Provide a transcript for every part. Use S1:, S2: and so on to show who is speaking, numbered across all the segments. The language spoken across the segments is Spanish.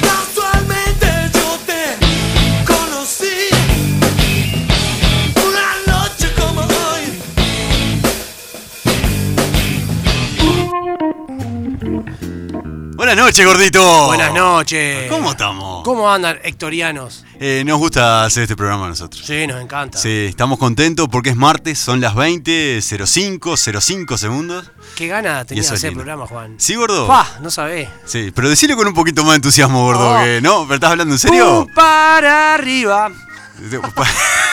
S1: Casualmente yo te conocí una noche como hoy.
S2: Buenas noches, gordito.
S3: Buenas noches.
S2: Oh. ¿Cómo estamos?
S3: ¿Cómo andan, hectorianos?
S2: Eh, nos gusta hacer este programa a nosotros.
S3: Sí, nos encanta.
S2: Sí, estamos contentos porque es martes, son las 20.05, 05 segundos.
S3: Qué gana
S2: Y
S3: tenía
S2: eso
S3: de
S2: es
S3: hacer el
S2: lindo.
S3: programa, Juan.
S2: ¿Sí, gordo?
S3: Pa, no sabés.
S2: Sí, pero decilo con un poquito más de entusiasmo, gordo,
S3: Oh.
S2: que no, pero estás hablando en serio.
S3: ¡Pum para arriba!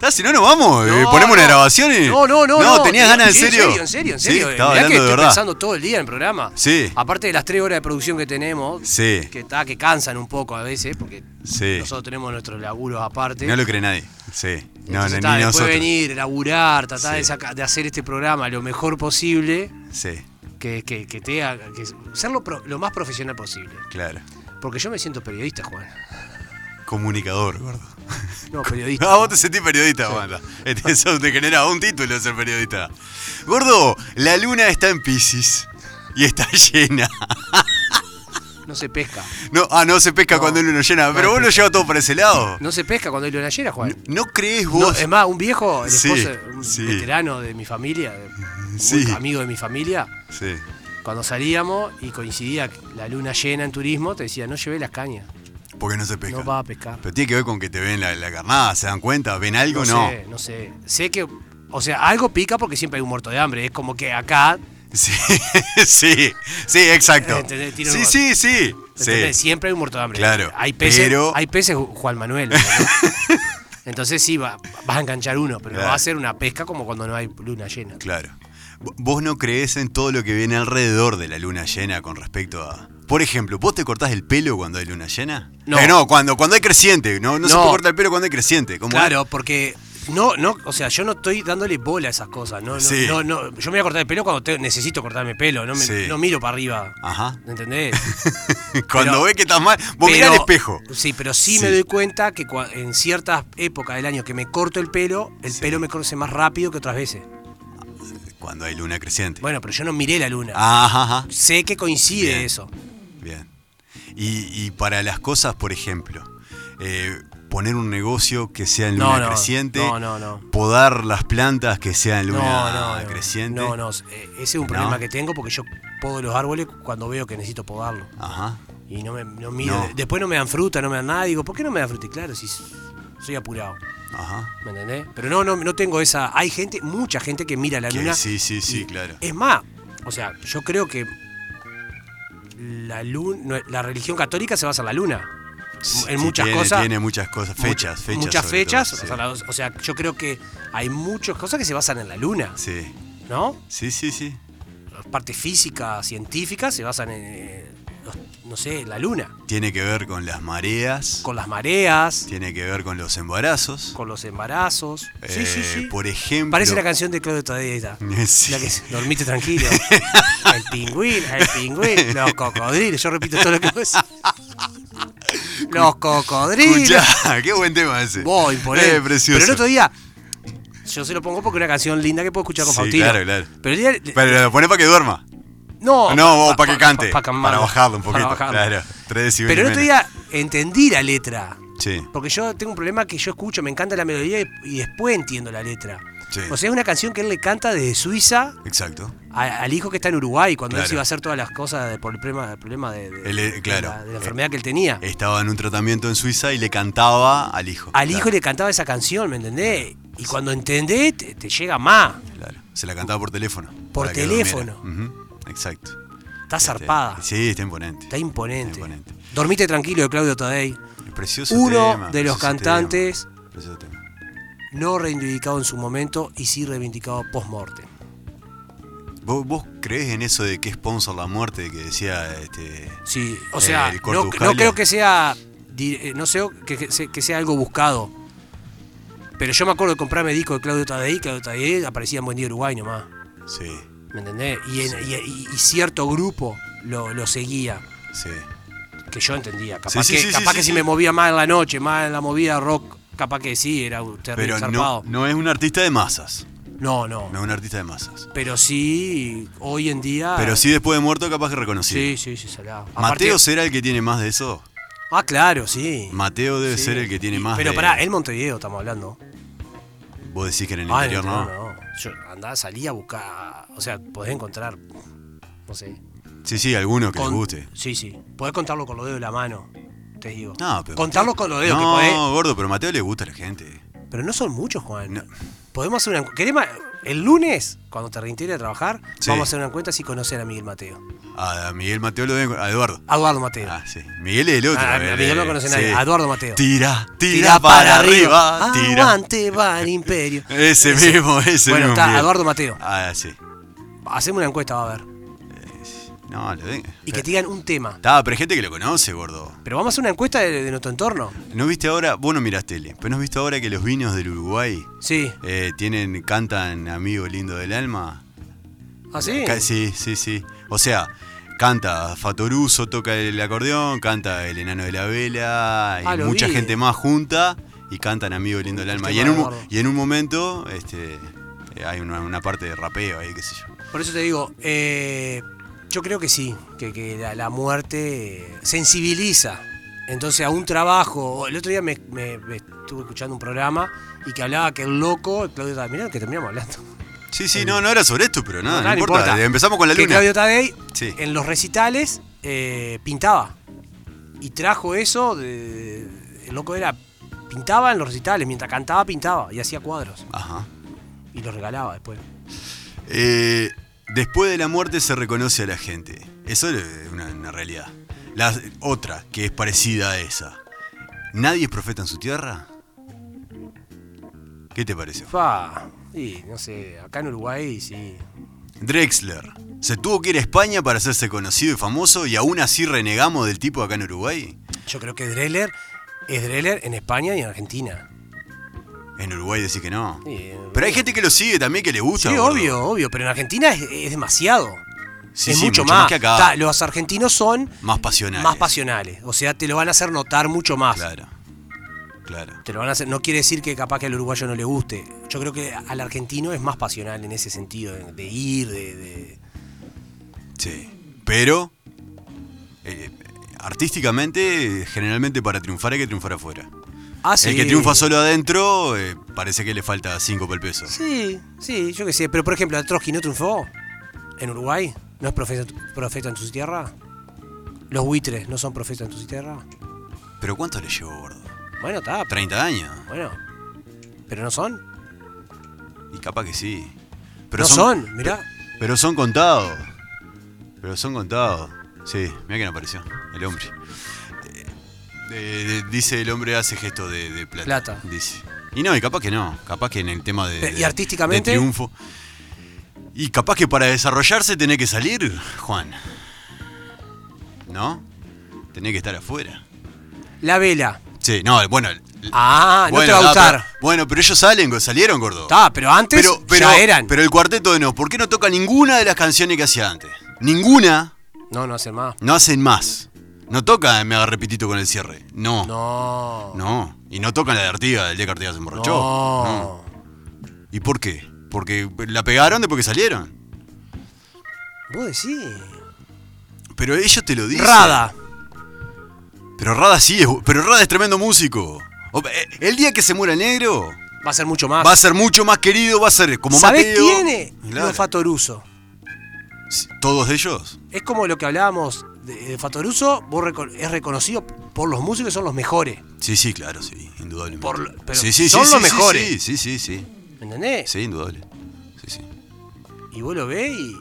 S2: Ah, si no, nos vamos. eh,
S3: Uh. No,
S2: ponemos una
S3: no.
S2: grabación y.
S3: No, no, no.
S2: No, tenías
S3: te-
S2: ganas en
S3: sí,
S2: serio.
S3: En serio, en
S2: Sí,
S3: serio.
S2: estaba
S3: Mirá que
S2: hablando de
S3: estoy
S2: verdad.
S3: pensando todo el día en el programa.
S2: Sí.
S3: Aparte de las tres horas de producción que tenemos,
S2: Sí,
S3: que, está, que cansan un poco a veces, porque
S2: sí.
S3: nosotros tenemos nuestros laburos aparte.
S2: No lo cree nadie. Sí, no,
S3: Entonces,
S2: no,
S3: está,
S2: ni
S3: después
S2: nosotros.
S3: venir, laburar, tratar de,
S2: Sí.
S3: saca- de hacer este programa lo mejor posible,
S2: Sí,
S3: que, que, que te haga, que ser lo, pro- lo más profesional posible.
S2: claro.
S3: Porque yo me siento periodista, Juan.
S2: Comunicador, gordo.
S3: No, periodista.
S2: Ah, vos te sentís periodista, Wanda. Este, Eso te genera un título ser periodista. Gordo, la luna está en Pisces y está llena.
S3: No se pesca.
S2: No, ah, no se pesca cuando el uno llena, pero vos lo llevas todo para ese lado.
S3: No se pesca cuando hay luna llena, Juan.
S2: ¿No crees
S3: No,
S2: vos?
S3: es más, un viejo, el
S2: Sí,
S3: esposo, un
S2: sí.
S3: veterano de mi familia, de- un
S2: Sí.
S3: amigo de mi familia,
S2: Sí.
S3: cuando salíamos y coincidía la luna llena en turismo, te decía, no llevé las cañas,
S2: Porque no se pesca.
S3: no vas a pescar.
S2: Pero tiene que ver con que te ven la, la carnada, ¿se dan cuenta? ¿Ven algo? No.
S3: sé, no sé. Sé que, o sea, algo pica porque siempre hay un muerto de hambre. Es como que acá,
S2: Sí, sí, sí, exacto.
S3: Eh, Entendés, tiro
S2: Sí,
S3: el-
S2: sí, sí.
S3: ¿entendés?
S2: Sí,
S3: siempre hay un muerto de hambre.
S2: Claro,
S3: Hay peces,
S2: pero-
S3: hay peces, Ju- Juan Manuel. ¿no? Entonces sí, va- vas a enganchar uno, pero no
S2: Claro.
S3: va a ser una pesca como cuando no hay luna llena.
S2: claro. Vo- Vos no crees en todo lo que viene alrededor de la luna llena con respecto a. Por ejemplo, ¿vos te cortás el pelo cuando hay luna llena?
S3: No.
S2: Eh, no, cuando, cuando hay creciente. No, no, se
S3: No.
S2: puede cortar el pelo cuando hay creciente. ¿cómo
S3: Claro, porque no, no, o sea, yo no estoy dándole bola a esas cosas. No, no,
S2: Sí.
S3: no, no. Yo me voy a cortar el pelo cuando te- necesito cortarme el pelo, no, me-
S2: Sí.
S3: no miro para arriba.
S2: Ajá.
S3: ¿Entendés?
S2: es? Cuando
S3: pero-
S2: ves que estás mal, vos mirá al
S3: Pero-
S2: espejo.
S3: Sí, pero sí,
S2: Sí.
S3: me doy cuenta que cua- en ciertas épocas del año que me corto el pelo, el pelo me crece más rápido que otras veces.
S2: Cuando hay luna creciente.
S3: Bueno, pero yo no miré la luna.
S2: Ajá, ajá.
S3: Sé que coincide
S2: Ah. Bien.
S3: eso.
S2: Bien. Y, y para las cosas, por ejemplo, eh, poner un negocio que sea en
S3: No,
S2: luna
S3: no,
S2: creciente.
S3: no, no, no.
S2: Podar las plantas que sean
S3: No,
S2: luna
S3: no, no.
S2: creciente.
S3: No, no. eh, Ese es un
S2: No.
S3: problema que tengo porque yo podo los árboles cuando veo que necesito podarlo.
S2: Ajá.
S3: Y no me no miro.
S2: No.
S3: Después no me dan fruta, no me dan nada. Y digo, ¿por qué no me dan fruta? Y claro, si s- soy apurado.
S2: Ajá.
S3: ¿Me entendés? Pero no, no, no tengo esa. Hay gente, mucha gente que mira la
S2: Que
S3: luna.
S2: sí, sí, sí, claro.
S3: Es más, o sea, yo creo que la luna, la religión católica se basa en la luna.
S2: Sí,
S3: en muchas
S2: tiene,
S3: cosas-
S2: Tiene muchas cosas, fechas,
S3: Mucha-
S2: fechas.
S3: Muchas
S2: sobre
S3: fechas.
S2: todo,
S3: o, sea, las- o sea, yo creo que hay muchas cosas que se basan en la luna,
S2: sí. sí.
S3: ¿no?
S2: Sí, sí, sí.
S3: Las partes físicas, científicas se basan en, eh, los- no sé, la luna.
S2: Tiene que ver con las mareas,
S3: Con las mareas,
S2: tiene que ver con los embarazos.
S3: con los embarazos. sí, sí,
S2: Eh,
S3: sí.
S2: Por ejemplo.
S3: Parece la canción de Claudio Tadella.
S2: Sí.
S3: La que es, dormite tranquilo. El pingüino, el pingüino, los cocodrilos. Yo repito todo lo que vos Los cocodrilos.
S2: Escuchá, qué buen tema ese.
S3: Vos, imponente.
S2: Eh, precioso.
S3: Pero el otro día, yo se lo pongo porque es una canción linda que puedo escuchar con
S2: Sí,
S3: Faustino.
S2: claro, claro.
S3: Pero el día.
S2: Pero lo ponés para que duerma.
S3: no,
S2: no, vos,
S3: pa-
S2: para que
S3: pa-
S2: cante.
S3: pa- pa-
S2: para bajarlo un
S3: para
S2: poquito.
S3: bajarlo.
S2: Claro, tres decibeles
S3: Pero el otro
S2: menos.
S3: día entendí la letra.
S2: Sí.
S3: Porque yo tengo un problema que yo escucho, me encanta la melodía y, y después entiendo la letra.
S2: Sí.
S3: O sea, es una canción que él le canta desde Suiza
S2: Exacto.
S3: a- al hijo que está en Uruguay cuando él
S2: Claro.
S3: se iba a hacer todas las cosas de- por el problema, el problema de, de-
S2: El- eh,
S3: de
S2: claro. Eh,
S3: la, de la enfermedad que él tenía.
S2: Estaba en un tratamiento en Suiza y le cantaba al hijo.
S3: Al
S2: eh, Claro,
S3: hijo le cantaba esa canción, ¿me entendés? Y cuando entendés, te, te llega más.
S2: claro. Se la cantaba por teléfono.
S3: Por
S2: para que durmiera.
S3: teléfono.
S2: Ujú, Exacto.
S3: Está zarpada,
S2: Este, Sí, está imponente.
S3: está imponente.
S2: Está imponente.
S3: Dormite tranquilo de Claudio Tadei.
S2: Precioso
S3: Uno
S2: tema,
S3: de los
S2: precioso
S3: cantantes
S2: tema, precioso tema.
S3: no reivindicado en su momento y sí reivindicado post-morte.
S2: ¿Vos, vos creés en eso de que es sponsor la muerte de que decía este.
S3: Sí,
S2: Eh,
S3: o sea,
S2: el
S3: no,
S2: Cortujalia.
S3: no creo que sea, di- eh, no sé, que, que se- que sea algo buscado. Pero yo me acuerdo de comprarme disco de Claudio Tadei, Claudio Tadei aparecía en Buen Día Uruguay nomás,
S2: Sí,
S3: ¿me entendés? Y, en- y- y- y cierto grupo lo, lo seguía,
S2: sí.
S3: que que yo entendía.
S2: Sí,
S3: Capaz
S2: sí,
S3: que,
S2: sí, sí,
S3: capaz
S2: sí,
S3: que
S2: sí.
S3: si me movía más en la noche, más en la movida rock, capaz que sí, era un terrible
S2: Pero no,
S3: zarpado.
S2: no es un artista de masas.
S3: No, no.
S2: No es un artista de masas.
S3: Pero sí, hoy en día.
S2: Pero sí después de muerto capaz que reconocido.
S3: Ah. Sí, sí, sí, salado.
S2: ¿Mateo
S3: Aparte-
S2: será el que tiene más de eso?
S3: Ah, claro, sí.
S2: Mateo debe
S3: Sí.
S2: ser el que tiene
S3: Y-
S2: más
S3: Pero
S2: de...
S3: pará, el Montevideo estamos hablando.
S2: Vos decís que en el
S3: Ah,
S2: interior no.
S3: Yo andá, salí a buscar. O sea, podés encontrar. No sé.
S2: Sí, sí, alguno que le
S3: con-
S2: guste.
S3: Sí, sí. Podés contarlo con los dedos de la mano. Te digo.
S2: No, pero-
S3: Contarlo con los dedos
S2: No,
S3: que podés.
S2: gordo, pero a Mateo le gusta a la gente.
S3: Pero no son muchos, Juan.
S2: No.
S3: Podemos hacer una. encu- ¿Querés ma- El lunes, cuando te reintegres a trabajar,
S2: Sí.
S3: vamos a hacer una encuesta si conocen a Miguel Mateo.
S2: A Miguel Mateo lo deben... A Eduardo.
S3: A Eduardo Mateo.
S2: Ah, sí. Miguel es el otro.
S3: Ah,
S2: ver,
S3: a Miguel no
S2: eh,
S3: conoce nadie. A Eduardo Mateo.
S2: Tira, tira, para, arriba.
S3: Ah,
S2: Tira.
S3: Aguante, va el imperio.
S2: Ese mismo, ese
S3: bueno,
S2: mismo.
S3: está
S2: Miguel.
S3: Eduardo Mateo.
S2: Ah, sí.
S3: Hacemos una encuesta, va a ver.
S2: No, lo den.
S3: Y que te digan un tema.
S2: Está, pero hay gente que lo conoce, gordo.
S3: Pero vamos a hacer una encuesta de, de nuestro entorno.
S2: ¿No viste ahora? Vos no mirás tele, pero ¿no viste ahora que los vinos del Uruguay
S3: Sí.
S2: eh, tienen, cantan Amigo Lindo del Alma?
S3: ¿Ah, sí?
S2: Ca- Sí, sí, sí. O sea, canta Fatoruso, toca el acordeón, canta El Enano de la Vela y
S3: Ah, lo
S2: mucha
S3: vi.
S2: gente más junta y cantan Amigo Lindo del Alma. Y
S3: tema
S2: en, un,
S3: de
S2: mo-
S3: Eduardo.
S2: y en un momento este, eh, hay una, una parte de rapeo ahí, qué sé yo.
S3: Por eso te digo, eh, yo creo que sí, que, que la, la muerte eh, sensibiliza. Entonces a un trabajo, el otro día me, me- me estuve escuchando un programa y que hablaba que el loco, Claudio Tadei, mirá lo que terminamos hablando.
S2: Sí, sí, no, no era sobre esto, pero nada, no,
S3: Nada,
S2: importa. Empezamos con la
S3: Que
S2: luna.
S3: Claudio Tadei
S2: Sí.
S3: en los recitales eh, pintaba y trajo eso, de- el loco era, pintaba en los recitales, mientras cantaba pintaba y hacía cuadros
S2: Ajá.
S3: y los regalaba después.
S2: Eh, después de la muerte se reconoce a la gente. Eso es una, una realidad. La otra, que es parecida a esa. ¿Nadie es profeta en su tierra? ¿Qué te pareció?
S3: Fa, y no sé, acá en Uruguay sí.
S2: Drexler. ¿Se tuvo que ir a España para hacerse conocido y famoso y aún así renegamos del tipo acá en Uruguay?
S3: Yo creo que Dreller es Dreller en España y en Argentina.
S2: En Uruguay decís que no.
S3: Sí, en
S2: Pero hay gente que lo sigue también que le gusta.
S3: Sí,
S2: gordo.
S3: obvio, obvio, pero en Argentina es, es demasiado.
S2: Sí,
S3: es
S2: sí,
S3: mucho, más.
S2: que acá.
S3: Está, los argentinos son
S2: Más pasional.
S3: más pasionales, o sea, te lo van a hacer notar mucho más.
S2: Claro. Claro.
S3: Te lo van a hacer, no quiere decir que capaz que al uruguayo no le guste. Yo creo que al argentino es más pasional en ese sentido, de, de ir, de, de-
S2: Sí. Pero. eh, artísticamente, generalmente para triunfar hay que triunfar afuera.
S3: Ah,
S2: El
S3: sí.
S2: que triunfa solo adentro, eh, parece que le falta 5 para el peso.
S3: Sí, sí, yo qué sé. Pero por ejemplo, Trotsky no triunfó en Uruguay. ¿No es profeta, profeta en su tierra? ¿Los buitres no son profetas en su tierra?
S2: Pero ¿cuánto le llevó, gordo?
S3: Bueno, está.
S2: 30 años.
S3: Bueno. ¿Pero no son?
S2: Y capaz que sí.
S3: no son, mirá.
S2: Pero son contados. Pero son contados. Sí, mira quién apareció. El hombre. Eh, eh, dice el hombre hace gesto de, de plata.
S3: Plata.
S2: Dice. Y no, y capaz que no. Capaz que en el tema de.
S3: Eh, ¿y
S2: de-
S3: artísticamente?
S2: de triunfo. Y capaz que para desarrollarse tenés que salir, Juan. ¿No? Tenés que estar afuera.
S3: La vela.
S2: Sí, no, bueno. el-
S3: Ah, no te va a
S2: da,
S3: gustar.
S2: pero- bueno, pero ellos salen, go- salieron, gordo.
S3: Está, pero antes
S2: Pero, pero,
S3: ya eran.
S2: pero el cuarteto de no, ¿por qué no toca ninguna de las canciones que hacía antes? Ninguna,
S3: No, no hacen más.
S2: no hacen más. No toca eh, Me haga repitito con el cierre. No. No.
S3: No.
S2: Y no tocan la de Artigas, el día que Artigas se emborrachó.
S3: No.
S2: No. ¿Y por qué? Porque la pegaron después que salieron.
S3: Vos decís.
S2: Pero ellos te lo dicen.
S3: Rada.
S2: Pero Rada sí es. bu- Pero Rada es tremendo músico. O- eh, El día que se muera el negro,
S3: Va a ser mucho más.
S2: va a ser mucho más querido, va a ser como
S3: Ah. ¿Sabés
S2: Mateo.
S3: quién es?
S2: Claro.
S3: Los Fatoruso.
S2: ¿Todos ellos?
S3: Es como lo que hablábamos de, de Fatoruso, vos reco- es reconocido por los músicos que son los mejores.
S2: Sí, sí, claro, sí, indudablemente.
S3: Por lo- pero
S2: sí, sí,
S3: son
S2: sí,
S3: los
S2: sí,
S3: mejores.
S2: Sí, sí, sí, sí.
S3: ¿Me entendés?
S2: Sí, indudable. Sí, sí.
S3: Y vos lo ves y.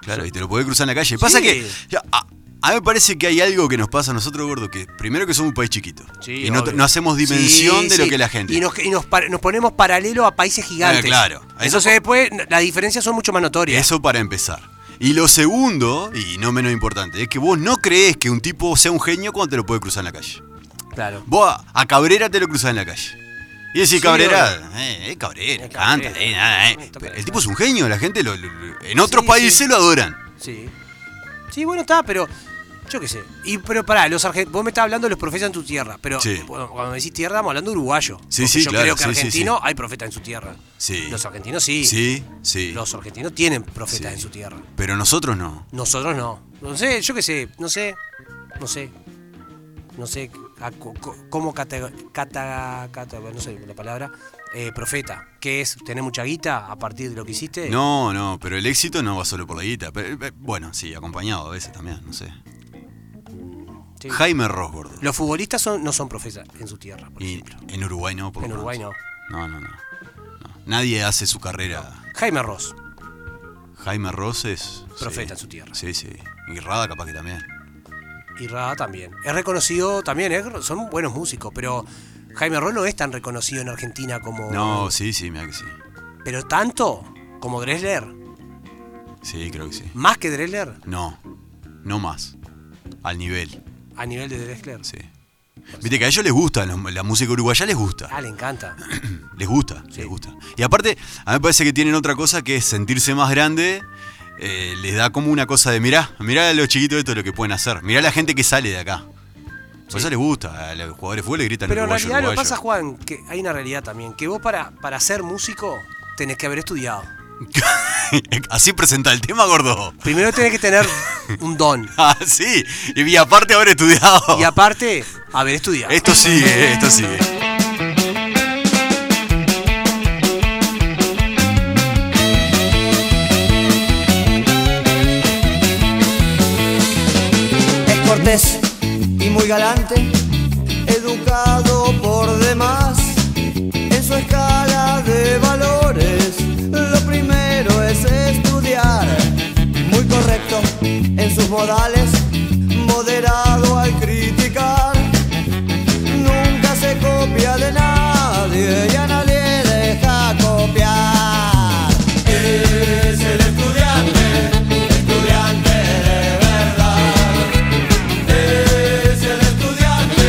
S2: Claro, y te lo podés cruzar en la calle. Pasa que. ya, a, a mí me parece que hay algo que nos pasa a nosotros, gordo, que primero que somos un país chiquito.
S3: Sí,
S2: y no,
S3: obvio.
S2: no hacemos dimensión
S3: Sí,
S2: de lo
S3: sí.
S2: que la gente.
S3: Y nos, y nos par- nos ponemos paralelo a países gigantes.
S2: Eh, claro. Eso-
S3: Entonces después n- las diferencias son mucho más notorias.
S2: Eso para empezar. Y lo segundo, y no menos importante, es que vos no crees que un tipo sea un genio cuando te lo puede cruzar en la calle.
S3: Claro.
S2: Vos a, a Cabrera te lo cruzás en la calle. Y decís,
S3: Sí,
S2: Cabrera, eh, eh, Cabrera,
S3: Eh,
S2: canta,
S3: Cabrera.
S2: eh, nada, eh.
S3: Eh,
S2: Pero
S3: está para
S2: El
S3: acá.
S2: tipo es un genio, la gente lo, lo- lo- en otros
S3: Sí,
S2: países
S3: sí.
S2: lo adoran.
S3: Sí. Sí, bueno, está, pero Yo qué sé. Y, pero pará, los argen- vos me estás hablando de los profetas en tu tierra, pero
S2: Sí.
S3: cuando, cuando me decís tierra, estamos hablando de uruguayo.
S2: Sí,
S3: Porque
S2: sí,
S3: yo
S2: claro,
S3: creo que
S2: sí, sí,
S3: argentino
S2: sí.
S3: hay profeta en su tierra.
S2: Sí.
S3: Los argentinos sí.
S2: Sí, sí.
S3: Los argentinos tienen profetas
S2: Sí.
S3: en su tierra.
S2: Pero nosotros no.
S3: Nosotros no. No sé, yo qué sé, no sé, no sé. No sé a co- co- cómo cata, cata, cata- no sé la palabra, eh, profeta. ¿Qué es tener mucha guita a partir de lo que hiciste?
S2: No, no, pero el éxito no va solo por la guita. Pero, eh, bueno, sí, acompañado a veces también, no sé.
S3: Sí.
S2: Jaime Rosgordo.
S3: Los futbolistas son, no son profetas en su tierra, por
S2: Y
S3: ejemplo.
S2: en Uruguay no, por lo
S3: En Uruguay no.
S2: menos. No, no, no. No. Nadie hace su carrera.
S3: Jaime Ross,
S2: Jaime Ross es.
S3: Profeta en
S2: sí.
S3: su tierra.
S2: Sí, sí. Y Rada capaz que también.
S3: y Ra también. Es reconocido también, es- son buenos músicos, pero Jaime Ross no es tan reconocido en Argentina como.
S2: No, sí, sí, mira que sí.
S3: Pero tanto como Dresler.
S2: Sí, creo que sí.
S3: Más que Dresler,
S2: No, no más. Al nivel,
S3: a nivel de Dresler.
S2: sí. Viste que a ellos les gusta, la, la música uruguaya les gusta.
S3: Ah, le encanta.
S2: Les gusta, les gusta. Y aparte, a mí me parece que tienen otra cosa que es sentirse más grande. eh, les da como una cosa de mirá, mirá a los chiquitos esto lo que pueden hacer. Mirá la gente que sale de acá. Por eso les gusta. A los jugadores de fútbol le gritan
S3: Pero en
S2: uruguayo,
S3: realidad lo que
S2: uruguayo.
S3: pasa, Juan, que hay una realidad también, que vos para, para ser músico tenés que haber estudiado.
S2: Así presenta el tema, gordo.
S3: Primero tenés que tener un don.
S2: Ah, sí. Y, y aparte haber estudiado.
S3: Y aparte, haber estudiado.
S2: Esto sigue, esto sigue.
S4: Es cortés y muy galante, educado por demás. En su escala de valores, lo primero es estudiar. Muy correcto en sus modales, moderado al criticar. Nunca se copia de nadie y a nadie deja copiar. Es el estudiante, estudiante de verdad. Es el estudiante,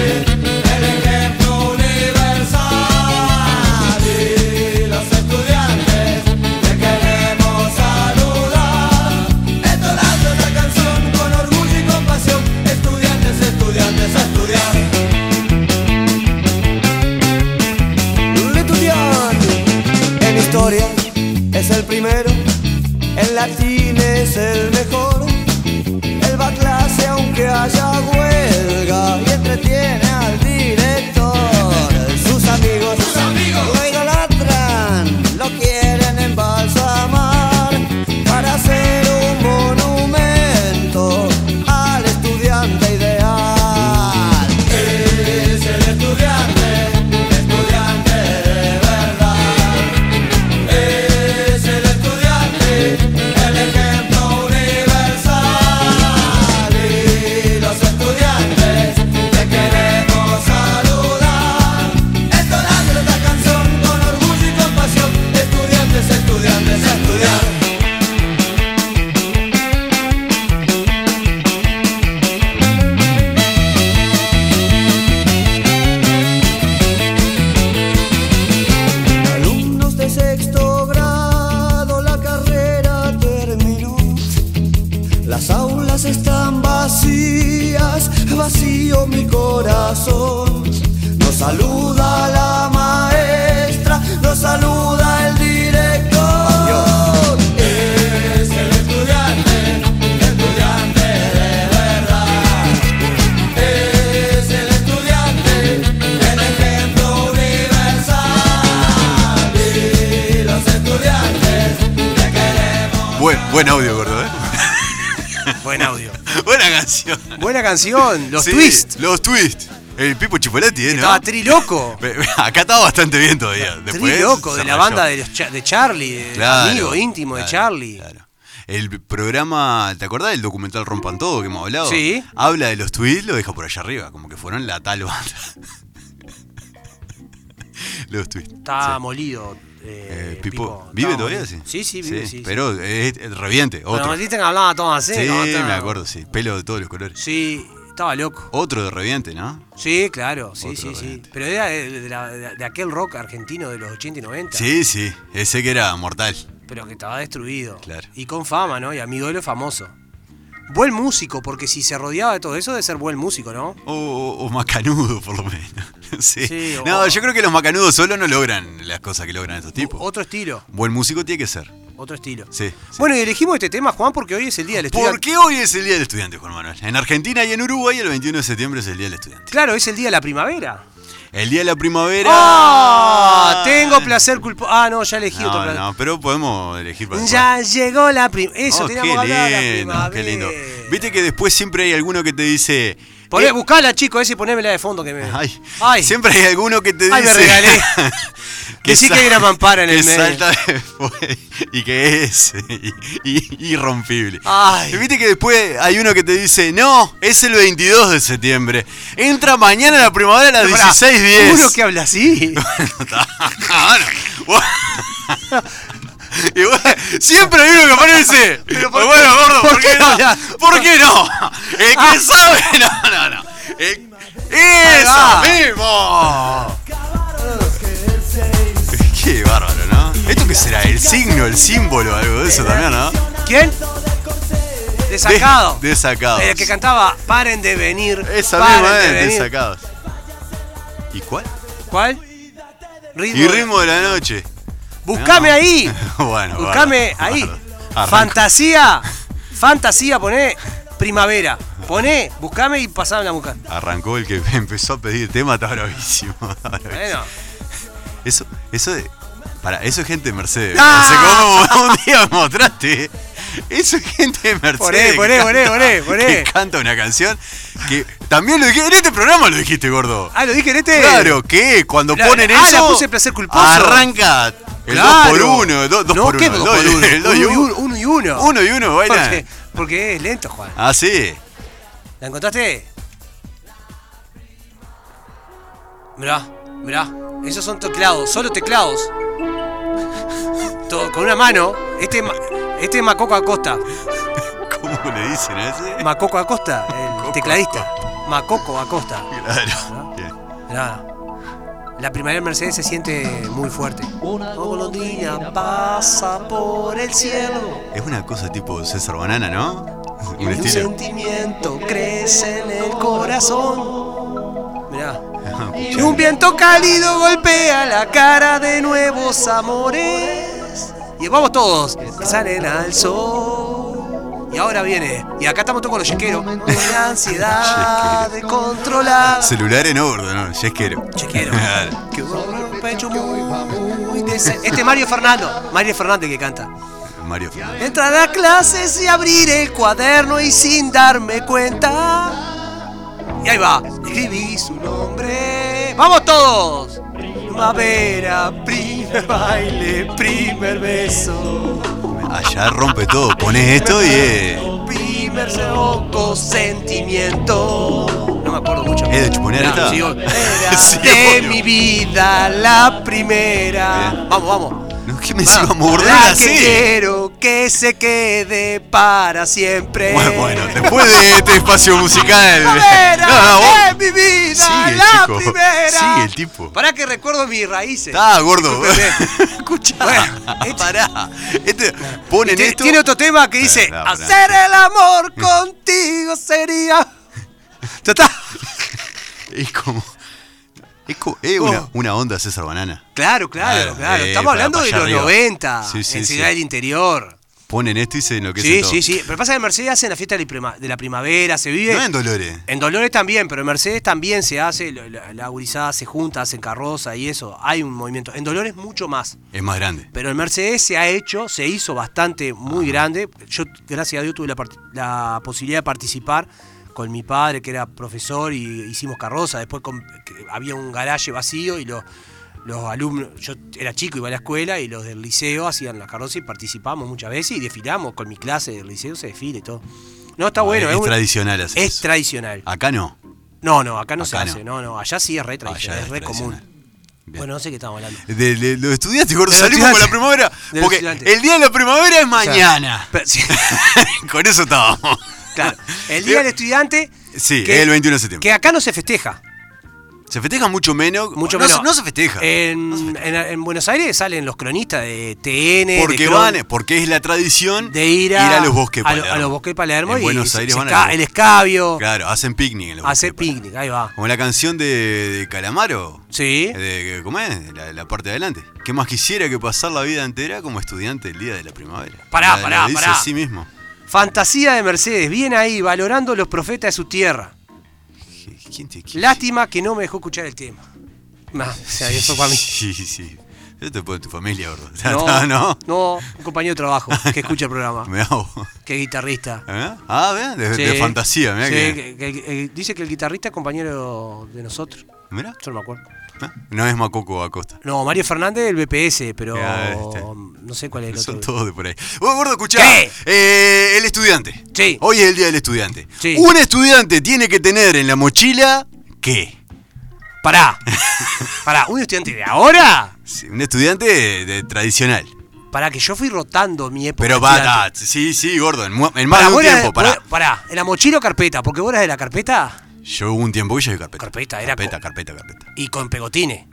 S4: el ejemplo universal Y los estudiantes te queremos saludar Entonando esta canción con orgullo y compasión Estudiantes, estudiantes, a estudiar Leturian En historia es el primero En latín es el mejor él va a clase aunque haya huelga y entretiene al director. Sus amigos, lo idolatran, lo quieren embalsamar para hacer un monumento al estudiante ideal. Es el estudiante, estudiante de verdad. Es el estudiante, el ejemplo universal Y los estudiantes te queremos saludar Entonando esta canción con orgullo y compasión Estudiantes, estudiantes, a estudiar Alumnos de sexto grado, la carrera terminó. Las aulas están vacías, vacío mi corazón. Nos saluda la maestra, nos saluda el director. Es el estudiante, estudiante de verdad. Es el estudiante, el ejemplo universal Y los estudiantes te queremos
S2: Buen, buen audio, gordo, ¿eh?
S3: Buen audio.
S2: Buena canción.
S3: Buena canción, los
S2: Sí,
S3: twists.
S2: Los twists. El Pipo Chipolati, ¿eh? ¿no?
S3: Estaba Tri Loco.
S2: Pe- Acá estaba bastante bien todavía. Después
S3: Tri Loco, de
S2: se
S3: la
S2: rayó.
S3: banda de, los cha- de Charlie, de
S2: Claro,
S3: amigo íntimo de
S2: claro,
S3: Charlie.
S2: claro. El programa, ¿te acordás del documental Rompan Todo que hemos hablado?
S3: Sí.
S2: Habla de los twists, lo deja por allá arriba, como que fueron la tal banda. los twists.
S3: Está molido.
S2: Eh,
S3: Eh,
S2: Pipo,
S3: Pipo,
S2: ¿vive
S3: estaba
S2: todavía? Sí,
S3: molido. Sí, sí, vive, sí. sí.
S2: Pero es, es reviente,
S3: Pero
S2: otro.
S3: me dicen que hablaba todo así.
S2: sí,
S3: como está.
S2: me acuerdo, sí. Pelo de todos los colores.
S3: Sí, estaba loco.
S2: Otro de reviente, ¿no?
S3: Sí, claro, sí,
S2: Otro
S3: sí, sí.
S2: variante.
S3: Pero era de, de la- de aquel rock argentino de los 80 y 90.
S2: Sí, sí. Ese que era mortal.
S3: Pero que estaba destruido.
S2: Claro.
S3: Y con fama, ¿no? Y amigo de lo famoso. Buen músico, porque si se rodeaba de todo eso, debe ser buen músico, ¿no?
S2: O, o- o macanudo, por lo menos. Sí.
S3: Sí, o-
S2: no, yo creo que los macanudos solo no logran las cosas que logran estos tipos.
S3: Otro estilo,
S2: Buen músico tiene que ser.
S3: otro estilo.
S2: Sí, sí.
S3: Bueno, y elegimos este tema, Juan, porque hoy es el día del estudiante.
S2: ¿Por qué hoy es el Día del Estudiante, Juan Manuel? En Argentina y en Uruguay el 21 de septiembre es el Día del Estudiante.
S3: Claro, es el día de la primavera.
S2: El Día de la Primavera...
S3: ¡Ah! Tengo placer culpable. Ah, no, ya elegí otro
S2: No,
S3: placer.
S2: no, pero podemos elegir para
S3: Ya llegó la primavera. Eso,
S2: Oh,
S3: teníamos que hablar de la primavera.
S2: qué lindo. Viste que después siempre hay alguno que te dice.
S3: Poné,
S2: eh,
S3: buscala, chico, ese y ponémela de fondo que me.
S2: ay,
S3: ay.
S2: Siempre hay alguno que te dice.
S3: Ay, me regalé. Decí que hay
S2: sal-
S3: una mampara en el
S2: que
S3: medio.
S2: salta después y que es y- y- irrompible.
S3: Ay.
S2: Viste que después hay uno que te dice, no, es el 22 de septiembre. Entra mañana la primavera a las
S3: Pará,
S2: 16.10.
S3: ¿Seguro que habla así?
S2: Bueno, bueno. Y bueno, siempre hay uno que aparece. Pero bueno, gordo, ¿por, qué, no? Ah. ¿Por qué no? El que sabe. No, no, no. El- ¡Eso mismo! Qué bárbaro, ¿no? ¿Esto qué será? ¿El signo, el símbolo, algo de eso también, no?
S3: ¿Quién? Desacado.
S2: De- desacados.
S3: El que cantaba Paren de venir.
S2: Esa
S3: paren
S2: misma
S3: de
S2: es,
S3: venir".
S2: desacados. ¿Y cuál?
S3: ¿Cuál? Ritmo.
S2: Y ritmo de la noche.
S3: Buscame
S2: No.
S3: ahí.
S2: bueno,
S3: Buscame
S2: bárbaro,
S3: ahí.
S2: bárbaro. Arranca.
S3: Fantasía. Fantasía, poné primavera. Poné, buscame y pasame la buscar.
S2: Arrancó el que empezó a pedir tema, está bravísimo. está bravísimo.
S3: Bueno.
S2: Eso, eso de. Para, eso es gente de Mercedes.
S3: ¡Ah!
S2: No sé cómo un día me mostraste. Eso es gente de Mercedes.
S3: Poné,
S2: que
S3: poné, poné, poné, poné.
S2: que canta una canción que también lo dijiste. En este programa lo dijiste, gordo.
S3: Ah, lo dije en este.
S2: Claro, que cuando
S3: La-
S2: ponen
S3: ah,
S2: eso.
S3: la puse placer culposo.
S2: Arranca. El 2 por
S3: Claro.
S2: 1, 2
S3: no,
S2: por 1.
S3: ¿qué dos por uno?
S2: El 2 y 1.
S3: Uno uno y uno.
S2: 1 y 1,
S3: Porque,
S2: bailan.
S3: porque es lento, Juan.
S2: Ah, sí.
S3: ¿La encontraste? Mirá, mirá. Esos son teclados, solo teclados. Todo, con una mano. Este, es ma- este es Macoco Acosta.
S2: ¿Cómo le dicen a ese?
S3: Macoco Acosta, el tecladista. Macoco Acosta.
S2: Claro. Bien.
S3: Mirá. La primavera en Mercedes se siente muy fuerte. Una golondrina pasa por el cielo.
S2: Es una cosa tipo César Banana, ¿no? Un
S3: Un
S2: estilo.
S3: sentimiento crece en el corazón. Mirá.
S2: Ah,
S3: Y un viento cálido golpea la cara de nuevos amores. Y vamos todos, que salen al sol. Y ahora viene, y acá estamos todos con los chequeros. La ansiedad de controlar.
S2: Celulares no, gordo, no, yesquero.
S3: Chequero.
S2: Claro.
S3: Que un pecho muy dese- Este es Mario Fernando, Mario Fernández que canta.
S2: Mario Fernández.
S3: Entrar a clases y abrir el cuaderno y sin darme cuenta. Y ahí va, escribí su nombre. ¡Vamos todos! Primavera, primer baile, primer beso,
S2: Allá rompe todo, pones esto y es,
S3: primer seoco, sentimiento. No me acuerdo mucho.
S2: es de chuponear
S3: No,
S2: esta.
S3: sí, obvio. Era
S2: Sí,
S3: de
S2: obvio.
S3: mi vida la primera.
S2: Bien.
S3: Vamos, vamos.
S2: No, ¿Qué me sigo a morder
S3: Ah, La que
S2: así?
S3: quiero que se quede para siempre.
S2: Bueno, bueno, después de este espacio musical.
S3: Primavera
S2: No, no,
S3: de mi vida,
S2: Sigue,
S3: la
S2: chico.
S3: primera.
S2: Sigue el tipo.
S3: Pará que recuerdo mis raíces.
S2: Está gordo.
S3: Discúlpeme.
S2: Escucha.
S3: Bueno, este-
S2: Pará. Este, ponen
S3: Tiene-
S2: esto.
S3: Tiene otro tema que dice:
S2: Pará, Mm. pará.
S3: Hacer el amor contigo sería. Ya está.
S2: Es como. Es, como, es una, una onda César Banana.
S3: Claro, claro,
S2: Claro,
S3: claro.
S2: eh,
S3: Estamos
S2: para-
S3: hablando
S2: para
S3: de
S2: allá
S3: los
S2: arriba.
S3: 90,
S2: Sí, sí,
S3: en
S2: sí.
S3: Ciudad del Interior.
S2: Ponen esto y se enloquecen
S3: Sí,
S2: todo.
S3: sí, sí. Pero pasa que en Mercedes hacen la fiesta de la prima- de la primavera, se vive.
S2: No en Dolores.
S3: En Dolores también, pero en Mercedes también se hace, lo- la, la gurizada se junta, hacen carroza y eso, hay un movimiento. En Dolores mucho más,
S2: Es más grande.
S3: pero en Mercedes se ha hecho, se hizo bastante, muy grande. Yo, gracias a Dios, tuve la, part- la posibilidad de participar con mi padre, que era profesor, y hicimos carroza. Después con- que había un garaje vacío y los, los alumnos, yo era chico, iba a la escuela, y los del liceo hacían la carroza y participamos muchas veces y desfilamos con mi clase del liceo, se desfile y todo. No, está bueno.
S2: es,
S3: un-
S2: tradicional hacer
S3: es
S2: eso.
S3: tradicional.
S2: Acá no.
S3: No, no, acá no se
S2: Acá
S3: hace. No. no, allá sí es re tradicional,
S2: Allá
S3: es,
S2: es
S3: re común.
S2: tradicional. Bien.
S3: Bueno, no sé qué estamos hablando.
S2: De, de- los estudiantes, gordo,
S3: De los
S2: salimos con la
S3: estudiantes.
S2: primavera.
S3: De los
S2: Porque
S3: estudiantes.
S2: el día de la primavera es mañana.
S3: Pero- sí,
S2: con eso estábamos.
S3: claro, el Día del Estudiante
S2: Sí,
S3: que-
S2: es el 21 de septiembre.
S3: que acá no se festeja.
S2: Se festeja mucho menos.
S3: Mucho
S2: no, se-
S3: menos. eh,
S2: No se festeja.
S3: En, en- en Buenos Aires salen los cronistas de TN.
S2: porque
S3: de Cron-
S2: van, porque es la tradición
S3: de ir a,
S2: los bosques de
S3: a lo-
S2: Palermo.
S3: a los bosques de Palermo
S2: En
S3: y
S2: Buenos
S3: se-
S2: Aires
S3: se
S2: van a
S3: ca-
S2: los-
S3: el escabio,
S2: Claro, hacen picnic en los bosques
S3: hacer
S2: de Palermo.
S3: picnic, ahí va.
S2: Como la canción de, de Calamaro.
S3: Sí.
S2: De, eh, ¿Cómo es? La, la parte de adelante. ¿Qué más quisiera que pasar la vida entera como estudiante el día de la primavera?
S3: Pará,
S2: La-
S3: pará,
S2: la dice
S3: pará.
S2: a sí mismo.
S3: Fantasía de Mercedes, bien ahí, valorando los profetas de su tierra.
S2: ¿Quién te quiere?
S3: Lástima que no me dejó escuchar el tema. Nah, o sea, eso para mí.
S2: Sí, sí. Yo te pongo en tu familia, bro.
S3: No,
S2: no.
S3: no, un compañero de trabajo que escucha el programa,
S2: Me hago.
S3: que es guitarrista.
S2: ¿Eh? Ah, ¿ves? De, de
S3: Sí.
S2: fantasía, mirá
S3: Sí,
S2: que-
S3: que- que- que- dice que el guitarrista es compañero de nosotros. Yo
S2: mirá,
S3: no me acuerdo.
S2: ¿eh? No es Macoco Acosta.
S3: No, Mario Fernández del BPS, pero
S2: Ah, este.
S3: no sé cuál es el otro.
S2: Son todos de por ahí. Vos, gordo, escuchá.
S3: ¿Qué?
S2: Eh, el estudiante.
S3: Sí.
S2: Hoy es el día del estudiante.
S3: Sí.
S2: Un estudiante tiene que tener en la mochila. ¿Qué?
S3: Pará. Pará, un estudiante de ahora.
S2: Sí, un estudiante de- de- tradicional.
S3: Pará, que yo fui rotando mi época.
S2: Pero
S3: de
S2: va,
S3: estudiante.
S2: ta, sí, sí, gordo. En, mu- en más
S3: Pará,
S2: de un
S3: vos eras-
S2: tiempo, pará.
S3: vos- Pará, ¿en la mochila o carpeta? Porque vos eras de la carpeta
S2: Yo hubo un tiempo que yo de carpeta.
S3: Carpeta, era
S2: Carpeta,
S3: co-
S2: carpeta, carpeta.
S3: y con pegotines.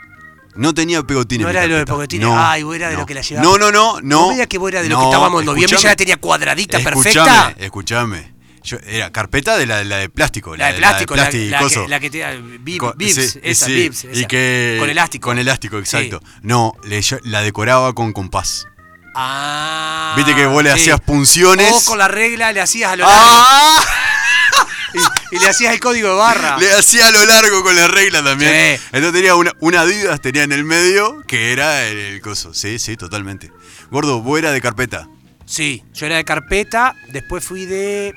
S2: No tenía pegotines. mi
S3: No era de lo de
S2: carpeta.
S3: pegotines.
S2: No,
S3: Ay, vos era de
S2: no.
S3: lo que la llevaba.
S2: No, no, no, no.
S3: veía que vos eras de lo
S2: No,
S3: que estábamos en noviembre ya
S2: escuchame.
S3: la tenía cuadradita perfecta.
S2: Escuchame, escuchame. Yo era carpeta de la, la de plástico.
S3: La de plástico, la,
S2: plástico,
S3: la
S2: coso.
S3: que, la que te da bib-
S2: Co-
S3: bibs,
S2: sí,
S3: esa,
S2: sí,
S3: bibs,
S2: Y
S3: esa.
S2: que,
S3: con elástico.
S2: Con elástico, exacto. No, le- yo la decoraba con compás.
S3: Ah,
S2: Viste que vos le hacías punciones.
S3: Vos con la regla le hacías a lo largo
S2: ¡Ah!
S3: y, y le hacías el código de barra.
S2: Le hacía a lo largo con la regla también.
S3: Sí.
S2: Entonces tenía una, una Adidas, tenía en el medio, que era el, el coso. Sí, sí, totalmente. Gordo, vos era de carpeta.
S3: Sí, yo era de carpeta, después fui de.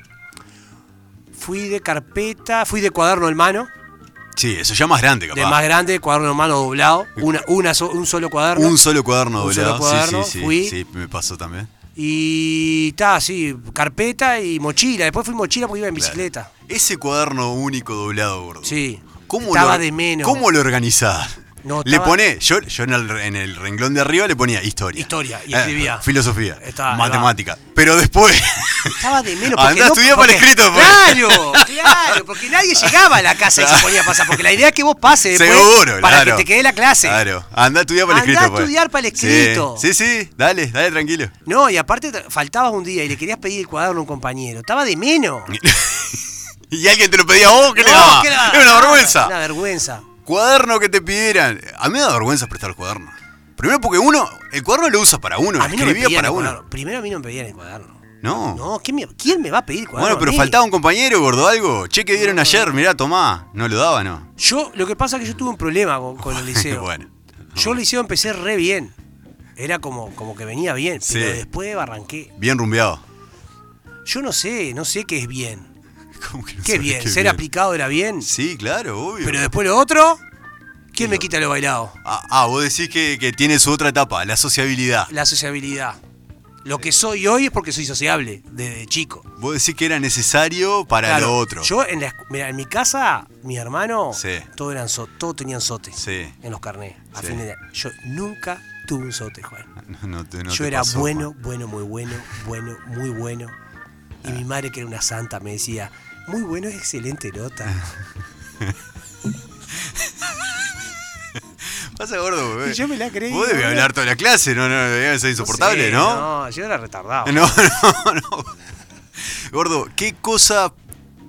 S3: Fui de carpeta, fui de cuaderno en mano,
S2: Sí, eso ya más grande, capaz.
S3: de más grande, cuaderno en mano doblado, una, una so- un solo cuaderno.
S2: Un solo cuaderno
S3: Un solo
S2: doblado.
S3: cuaderno,
S2: sí, sí, sí.
S3: fui.
S2: Sí, me pasó también.
S3: Y ta, sí, carpeta y mochila. Después fui mochila porque iba en
S2: Claro.
S3: bicicleta.
S2: Ese cuaderno único doblado, gordo.
S3: Sí.
S2: ¿Cómo
S3: Estaba
S2: lo,
S3: de menos.
S2: ¿Cómo lo organizás?
S3: No,
S2: le
S3: estaba-
S2: poné, yo, yo en, el, en el renglón de arriba le ponía historia.
S3: Historia, y
S2: Eh,
S3: escribía.
S2: filosofía.
S3: Está, ahí va.
S2: matemática. Pero después.
S3: Estaba de menos
S2: Andá
S3: porque
S2: a
S3: no-
S2: estudiar para el
S3: porque-
S2: escrito, pues.
S3: Claro, claro, porque nadie llegaba a la casa y se ponía a pasar. Porque la idea es que vos pases después
S2: Seguro,
S3: eh, pues, para
S2: claro.
S3: que te quede la clase.
S2: Claro. Anda a estudiar para el
S3: Andá a
S2: escrito. pues.
S3: estudiar para el
S2: Sí.
S3: escrito.
S2: Sí, sí, dale, dale tranquilo.
S3: No, y aparte t- faltabas un día y le querías pedir el cuaderno a un compañero. Estaba de menos.
S2: Y alguien te lo pedía a vos, ¿qué le
S3: No,
S2: daba?
S3: ¿qué le daba?
S2: Era una
S3: Nada,
S2: vergüenza.
S3: Una vergüenza.
S2: Cuaderno que te pidieran. A mí me da vergüenza prestar el cuaderno. Primero porque uno, el cuaderno lo usa para uno,
S3: A mí no me
S2: escribía
S3: pedían
S2: para
S3: el
S2: uno.
S3: cuaderno. Primero a mí no me pedían el cuaderno.
S2: No.
S3: No, ¿quién me, quién me va a pedir el cuaderno?
S2: Bueno, pero
S3: a mí?
S2: faltaba un compañero, gordo, algo. Che, que dieron ayer, mirá, tomá. No lo daba, ¿no?
S3: Yo, lo que pasa es que yo tuve un problema con, con el liceo.
S2: bueno.
S3: Yo el liceo empecé re bien. Era como, como que venía bien,
S2: Sí.
S3: pero después arranqué.
S2: Bien rumbeado.
S3: Yo no sé, no sé qué es bien.
S2: ¿Cómo que no
S3: Qué
S2: sabés
S3: bien,
S2: qué
S3: ser aplicado era bien.
S2: Sí, claro, obvio.
S3: Pero después lo otro, ¿quién me quita lo bailado?
S2: Ah, ah, vos decís que, que tiene su otra etapa, la sociabilidad.
S3: La sociabilidad. Lo que soy hoy es porque soy sociable, desde chico.
S2: Vos decís que era necesario para
S3: Claro,
S2: lo otro.
S3: Yo en, la escu- mirá, en mi casa, mis hermanos,
S2: Sí.
S3: todos, eran so- todos tenían sote
S2: Sí.
S3: en los carnés. A
S2: Sí.
S3: fin de- yo nunca tuve un sote, Juan.
S2: No- no te- no
S3: yo
S2: te
S3: era
S2: pasó,
S3: bueno, bueno, muy bueno, bueno, muy bueno. Y
S2: Ah.
S3: mi madre, que era una santa, me decía, muy bueno es excelente nota.
S2: Ah, Juan. Pasa, gordo, bebé.
S3: Y yo me la creí,
S2: Vos debés
S3: boludo.
S2: hablar toda la clase, no, no, debía ser insoportable,
S3: sé,
S2: ¿no?
S3: No, yo era retardado.
S2: No, no, no. Gordo, ¿qué cosa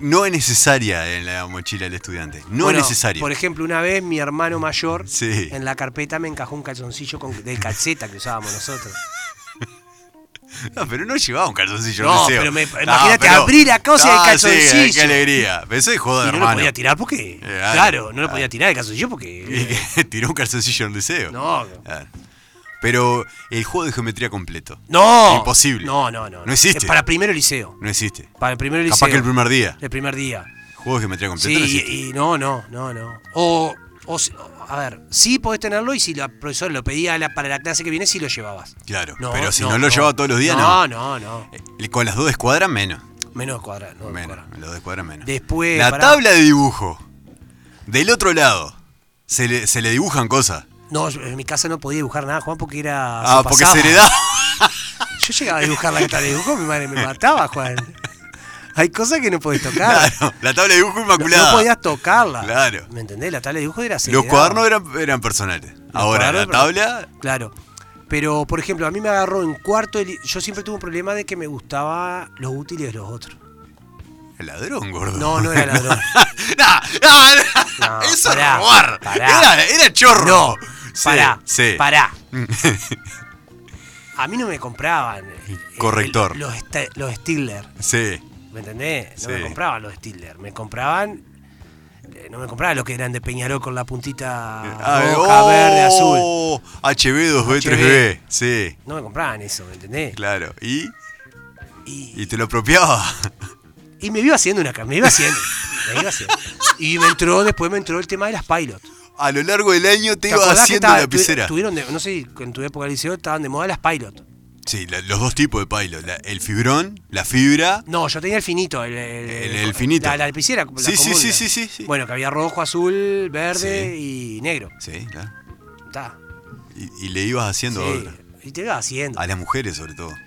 S2: no es necesaria en la mochila del estudiante? No
S3: Bueno,
S2: es necesario.
S3: Por ejemplo, una vez mi hermano mayor
S2: Sí.
S3: en la carpeta me encajó un calzoncillo con, del calceta que usábamos nosotros.
S2: No, pero no llevaba un calzoncillo
S3: No,
S2: al liceo.
S3: pero me- imagínate, abrí la cosa y el
S2: Ah, sí,
S3: calzoncillo.
S2: qué alegría. Pensé de
S3: y
S2: joder,
S3: no lo
S2: hermano.
S3: podía tirar porque.
S2: Claro,
S3: claro, no lo
S2: claro.
S3: podía tirar el calzoncillo porque.
S2: Y que tiró un calzoncillo en el liceo.
S3: No.
S2: Claro. Pero el juego de geometría completo.
S3: No.
S2: Imposible.
S3: No, no, no.
S2: No existe.
S3: Es para primero liceo.
S2: No existe.
S3: Para el primero liceo.
S2: Capaz que el primer día.
S3: El primer día.
S2: Juego de geometría completa no
S3: Sí,
S2: existe.
S3: y, y no, no, no, no. O, o si- o- a ver, sí podés tenerlo y si la profesora lo pedía a la- para la clase que viene, sí lo llevabas.
S2: Claro, pero si no lo llevaba todos los días,
S3: No, no, no.
S2: Y Con las dos de escuadra, menos.
S3: Menos cuadrado. No,
S2: menos.
S3: cuadrado.
S2: Las dos de escuadra, menos.
S3: Después,
S2: La
S3: pará.
S2: tabla de dibujo. Del otro lado. Se le, se le dibujan cosas.
S3: No, yo- en mi casa no podía dibujar nada, Juan, porque era.
S2: Ah, porque
S3: pasaba.
S2: se heredaba.
S3: Yo llegaba a dibujar la que de dibujo, mi madre me mataba, Juan. Hay cosas que no podés tocar.
S2: Claro, la tabla de dibujo
S3: No,
S2: inmaculada.
S3: podías tocarla.
S2: Claro.
S3: ¿Me entendés? La tabla de dibujo era
S2: Los
S3: seriedad.
S2: cuadernos eran, eran personales.
S3: Los
S2: Ahora, la
S3: cuadernos,
S2: tabla.
S3: Claro. Pero, por ejemplo, a mí me agarró en cuarto. de li- Yo siempre tuve un problema de que me gustaba los útiles de los otros.
S2: El ladrón, gordo.
S3: No, no era ladrón.
S2: Nah, nah, nah.
S3: No,
S2: eso
S3: pará,
S2: era robar.
S3: pará.
S2: Era, era chorro.
S3: No,
S2: Sí,
S3: pará,
S2: sí.
S3: pará. A mí no me compraban. el- el-
S2: Corrector.
S3: el- los, sta- los Steelers,
S2: Sí.
S3: ¿me entendés? No
S2: Sí.
S3: me compraban los Steelers, me compraban. eh, No me compraban los que eran de Peñarol con la puntita
S2: Ah,
S3: roja,
S2: oh,
S3: verde, azul.
S2: HB2B3B. Sí,
S3: No me compraban eso, ¿me entendés?
S2: claro. ¿Y?
S3: Y,
S2: ¿Y te lo apropiaba?
S3: y me iba haciendo una ca- me iba haciendo. me iba haciendo. Y me entró, después me entró el tema de las pilot.
S2: A lo largo del año te,
S3: ¿Te
S2: iba
S3: acordás que
S2: haciendo
S3: estaba-
S2: lapicera.
S3: tu- Tuvieron de- no sé, si en tu época de liceo estaban de moda las pilot.
S2: Sí, la- los dos tipos de palo. la- el fibrón, la fibra.
S3: No, yo tenía el finito. El, el,
S2: El- el finito.
S3: La, la lapicera. la
S2: Sí, sí,
S3: común,
S2: sí,
S3: la-
S2: sí, sí, sí.
S3: Bueno, que había rojo, azul, verde y negro.
S2: Sí, claro.
S3: Está.
S2: Y, y le ibas haciendo
S3: Sí.
S2: obra.
S3: Y te iba haciendo.
S2: A las mujeres, sobre todo.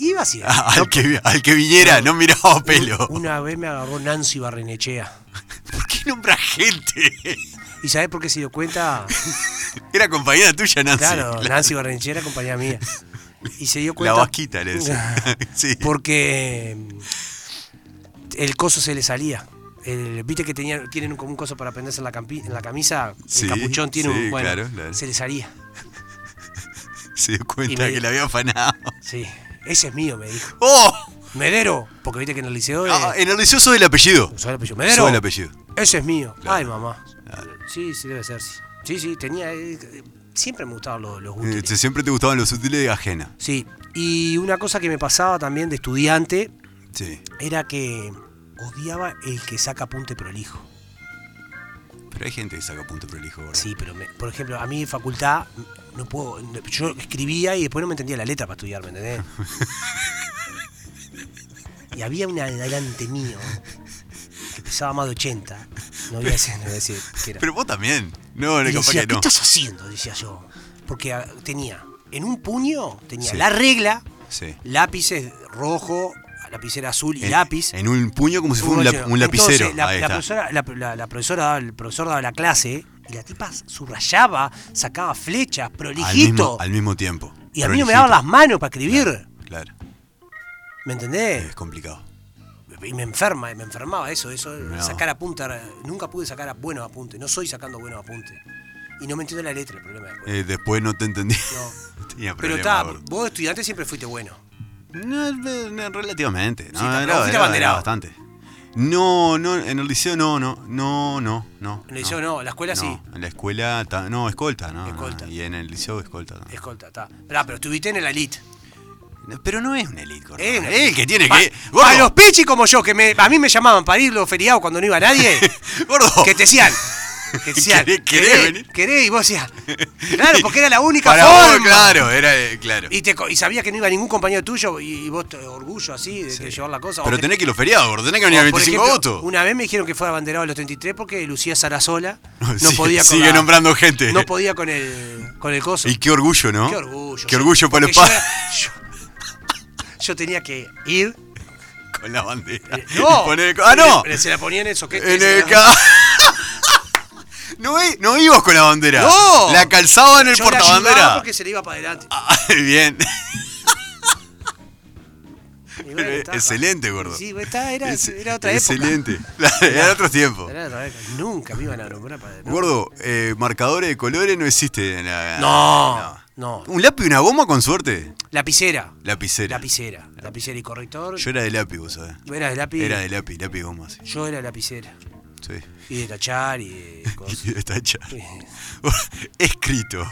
S3: Iba haciendo.
S2: al, que, al que viniera, no, miraba Ah, pelo.
S3: Una vez me agarró Nancy Barrenechea.
S2: ¿Por qué nombra gente?
S3: ¿Y sabes por qué se dio cuenta?
S2: Era compañera tuya, Nancy.
S3: Claro,
S2: la,
S3: Nancy Barrenechea era compañía mía. Y se dio
S2: la
S3: cuenta.
S2: vasquita le decía. sí.
S3: Porque mm, el coso se le salía. El, Viste que tenían, tienen como un coso para prenderse en la, campi- en la camisa. El
S2: Sí,
S3: capuchón tiene
S2: sí,
S3: un. Bueno,
S2: claro, claro.
S3: se le salía.
S2: Se dio
S3: y
S2: cuenta
S3: me-
S2: que la había afanado.
S3: Sí. Ese es mío, me dijo.
S2: ¡Oh!
S3: Medero, porque viste que en el liceo. eh,
S2: Ah, en el liceo soy el apellido.
S3: usaba el apellido. Medero.
S2: Soy el apellido. Ah.
S3: Ese es mío. Ay, mamá. Sí, sí, debe ser. sí. Sí, sí, tenía. eh, eh, siempre me gustaban los, los
S2: Eh,
S3: útiles.
S2: te- siempre te gustaban los útiles de ajena.
S3: Sí. Y una cosa que me pasaba también de estudiante
S2: Sí.
S3: era que odiaba el que saca apunte prolijo.
S2: Pero hay gente que saca punto prolijo, ¿verdad?
S3: Sí, pero me- por ejemplo, a mí en facultad no puedo. no- Yo escribía y después no me entendía la letra para estudiar, ¿me entendés? y había una delante mío que pesaba más de 80. No voy a decir, no voy a decir qué era.
S2: Pero vos también. No, no,
S3: Y
S2: capaz
S3: decía,
S2: que
S3: ¿qué
S2: no.
S3: estás haciendo? Decía yo. Porque ah, tenía en un puño, tenía
S2: Sí.
S3: la regla,
S2: Sí.
S3: lápices rojo, lapicera azul y
S2: En-
S3: lápiz.
S2: En un puño como si fuera un, lap- un
S3: Entonces,
S2: lapicero.
S3: la,
S2: Ahí
S3: la
S2: está.
S3: profesora, la- la- la profesora daba- el profesor daba la clase y la tipa subrayaba, sacaba flechas,
S2: al, mismo,
S3: prolijito.
S2: al mismo tiempo.
S3: y a mí no
S2: Prolijito.
S3: me daban las manos para escribir.
S2: Claro,
S3: ¿Me entendés?
S2: es complicado.
S3: Y me enferma, me enfermaba eso, eso,
S2: No.
S3: sacar apuntes. Nunca pude sacar buenos apuntes, no soy sacando buenos apuntes. Y no me entiendo la letra, el problema después.
S2: Eh, después no te entendí.
S3: No.
S2: Tenía
S3: Pero
S2: problemas.
S3: está,
S2: gordo.
S3: vos estudiante siempre fuiste bueno.
S2: No, no, no, relativamente. No,
S3: Sí, tampoco
S2: era,
S3: fuiste
S2: era-
S3: abanderado.
S2: era bastante. No, no, en el liceo no, no, no, no, no.
S3: En el liceo no, en la escuela sí.
S2: En la escuela, ta- no, escolta, no, no,
S3: Escolta.
S2: Y en el liceo, escolta. no.
S3: Escolta, está. Pará, pero estuviste en la elite.
S2: No, Pero no es un elite, gordo.
S3: Es una-
S2: el que tiene
S3: Eh, Pa-
S2: que.
S3: pa' los
S2: ¡Gordo!
S3: pichis como yo, que me- a mí me llamaban para ir los feriados cuando no iba nadie.
S2: ¡Gordo!
S3: que te decían. Que te decían.
S2: ¿Querés- querés venir?
S3: querés, y vos decías. Claro, porque era la única
S2: Para vos,
S3: forma.
S2: claro, era, eh, claro.
S3: Y, te, co- y sabía que no iba ningún compañero tuyo y, y vos te- orgullo así de que llevar la cosa. O
S2: Pero
S3: que-
S2: tenés que ir los feriados, gordo. Tenés que venir
S3: o,
S2: al
S3: por
S2: 25 de
S3: ejemplo,
S2: agosto.
S3: Una vez me dijeron que fue abanderado a los 33 porque Lucía Sarasola no
S2: Sí,
S3: podía con
S2: sigue
S3: la-
S2: nombrando gente.
S3: No podía con el, con el coso.
S2: Y qué orgullo, ¿no?
S3: Qué orgullo.
S2: Qué orgullo para los
S3: Porque
S2: padres.
S3: Yo, yo- yo tenía que ir.
S2: Con la bandera.
S3: Eh, No.
S2: Y poner el co- ¡Ah, no!
S3: Le- Se la ponía en el soquete.
S2: En
S3: se
S2: el
S3: la-
S2: ca- no, i- no ibas con la bandera.
S3: No.
S2: La calzaba en el
S3: Yo la ayudaba
S2: portabandera.
S3: porque se le iba para adelante.
S2: Ah, bien.
S3: Y bueno, está.
S2: e- Excelente, gordo.
S3: Sí, bueno, está, era,
S2: Ex-
S3: era otra
S2: Excelente. Claro, Era otro tiempo.
S3: época. Era otra época. Nunca me iban a nombrar para adelante.
S2: Gordo, eh, marcadores de colores no existe en la.
S3: No, no.
S2: ¿Un lápiz y una goma con suerte?
S3: Lapicera.
S2: Lapicera.
S3: Lapicera. Lapicera y corrector.
S2: Yo
S3: Yo
S2: era de lápiz, vos sabés.
S3: era de lápiz.
S2: Era de lápiz, lápiz y goma, sí.
S3: Yo era lapicera.
S2: sí.
S3: Y de tachar y de cosas.
S2: Y de tachar. Escrito.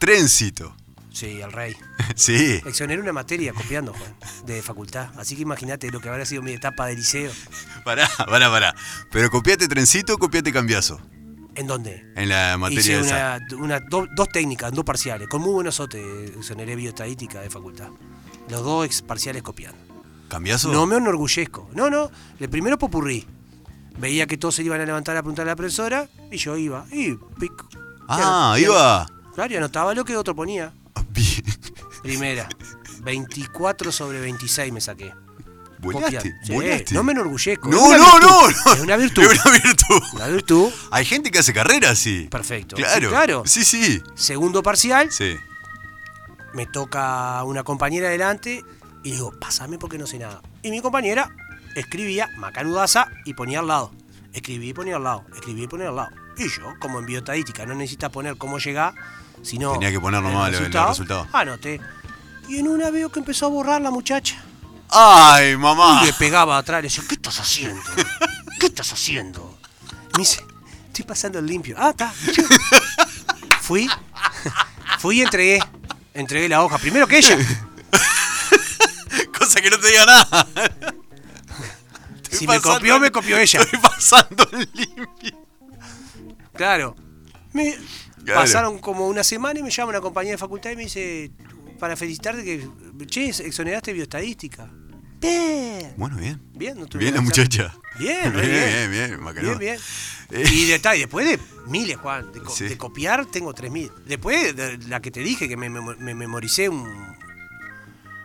S2: Trencito.
S3: Sí, al rey.
S2: Sí.
S3: Exoneré una materia copiando, Juan, de facultad. Así que imagínate lo que habrá sido mi etapa de liceo.
S2: Pará, pará, pará. Pero copiate trencito, copiate cambiazo.
S3: ¿En dónde?
S2: En la materia
S3: Hice
S2: esa.
S3: una, una- do- dos técnicas, dos parciales, con muy buenos sotes. Exoneré bioestadística de facultad. Los dos ex parciales copiando.
S2: ¿Cambiazo?
S3: No me enorgullezco. No, no. El primero popurrí. Veía que todos se iban a levantar a preguntar a la profesora y yo iba. Y pic.
S2: Ah,
S3: Y ano- y
S2: iba.
S3: ano- Claro, y anotaba lo que otro ponía.
S2: Bien.
S3: Primera. 24 sobre 26 me saqué.
S2: ¿Volaste?
S3: copian. Sí,
S2: ¿Volaste?
S3: No me enorgullezco.
S2: No,
S3: Es una
S2: no,
S3: virtud,
S2: no, no.
S3: Es una virtud.
S2: Es una virtud.
S3: Una virtud.
S2: Hay gente que hace carrera así.
S3: Perfecto.
S2: Claro.
S3: Sí, claro.
S2: Sí, sí.
S3: Segundo parcial,
S2: Sí.
S3: me toca una compañera adelante y digo, pásame porque no sé nada. Y mi compañera escribía macanudaza y ponía al lado. Escribí y ponía al lado, escribí y ponía al lado. Y yo, como en bioestadística, no necesitas poner cómo llegar, sino.
S2: Tenía que poner
S3: el
S2: nomás lo- los
S3: resultado,
S2: resultados.
S3: Anoté. Y en una veo que empezó a borrar la muchacha.
S2: Ay, mamá.
S3: Y le pegaba atrás, le decía, ¿qué estás haciendo? ¿Qué estás haciendo? Me dice, estoy pasando el limpio. Ah, está. Fui, fui y entregué. Entregué la hoja, primero que ella.
S2: Cosa que no te diga nada. Estoy
S3: Si me
S2: pasando-
S3: copió, me copió ella.
S2: Estoy pasando el limpio.
S3: Claro. Me
S2: Claro.
S3: Pasaron como una semana y me llama una compañía de facultad y me dice, para felicitarte que, che, exoneraste bioestadística. Bien.
S2: Bueno, bien.
S3: Bien, no tuve
S2: Bien la
S3: nada que hacer.
S2: muchacha.
S3: Bien, re
S2: bien,
S3: bien.
S2: bien, bien, macanuda.
S3: Bien, bien.
S2: Eh.
S3: Y detalle, después de miles, Juan, de, co-
S2: Sí.
S3: de copiar tengo 3.000. Después de la que te dije, que me, memo- me memoricé un...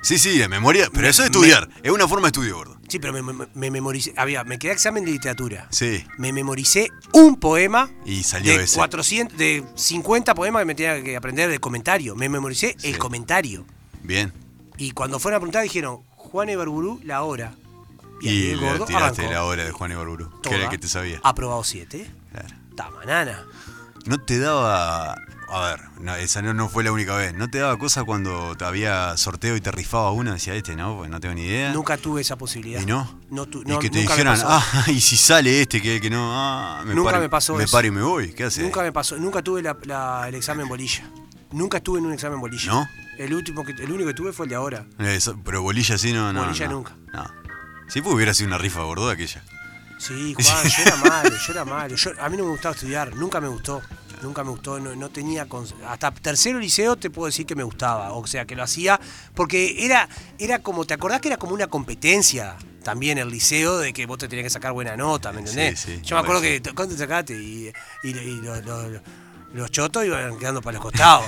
S2: Sí, sí, la memoria. Pero
S3: Me-
S2: eso de estudiar. Es una forma de estudio, gordo.
S3: Sí, pero me, me- me memoricé... Había, me quedé examen de literatura.
S2: Sí.
S3: Me memoricé un poema
S2: Y salió
S3: de,
S2: ese.
S3: 400, de 50 poemas que me tenía que aprender de comentario. Me memoricé
S2: Sí.
S3: el comentario.
S2: Bien.
S3: Y cuando fueron a preguntar dijeron, Juan Eberburú, la hora. ahí
S2: Y
S3: el
S2: le
S3: gordo
S2: tiraste
S3: arrancó.
S2: la hora de Juan Ibarburu. Que
S3: Toda.
S2: era el que te sabía.
S3: Aprobado 7.
S2: Claro.
S3: Ta manana.
S2: No te daba. A ver, no, esa no, no fue la única vez. ¿No te daba cosa cuando te había sorteo y te rifaba uno? Decía, este no, pues no tengo ni idea.
S3: Nunca tuve esa posibilidad.
S2: ¿Y no?
S3: ah, No tu-
S2: y
S3: no,
S2: que te
S3: nunca me
S2: dijeran,
S3: pasó.
S2: ah, y si sale este que, que no, ah, me
S3: Nunca
S2: paro,
S3: me pasó
S2: Me
S3: eso.
S2: paro y me voy. ¿Qué haces?
S3: Nunca me pasó, nunca tuve la- la- el examen bolilla. Nunca estuve en un examen bolilla.
S2: ¿No?
S3: El último que, el único que tuve fue el de ahora.
S2: Eso, Eh, pero bolilla sí, no, no.
S3: Bolilla
S2: no,
S3: nunca.
S2: No. Si pues hubiera sido una rifa gordo aquella.
S3: Sí, Juan, yo era malo, yo era malo. Yo- a mí no me gustaba estudiar, nunca me gustó. Nunca me gustó, no, no tenía. cons- Hasta tercero liceo te puedo decir que me gustaba. O sea, que lo hacía. Porque era, era como. ¿Te acordás que era como una competencia también el liceo de que vos te tenías que sacar buena nota, ¿me
S2: Sí,
S3: entendés?
S2: sí,
S3: yo me acuerdo
S2: puede
S3: que.
S2: ser.
S3: ¿Cuánto sacaste? Y, y- y los, los- los chotos iban quedando para los costados.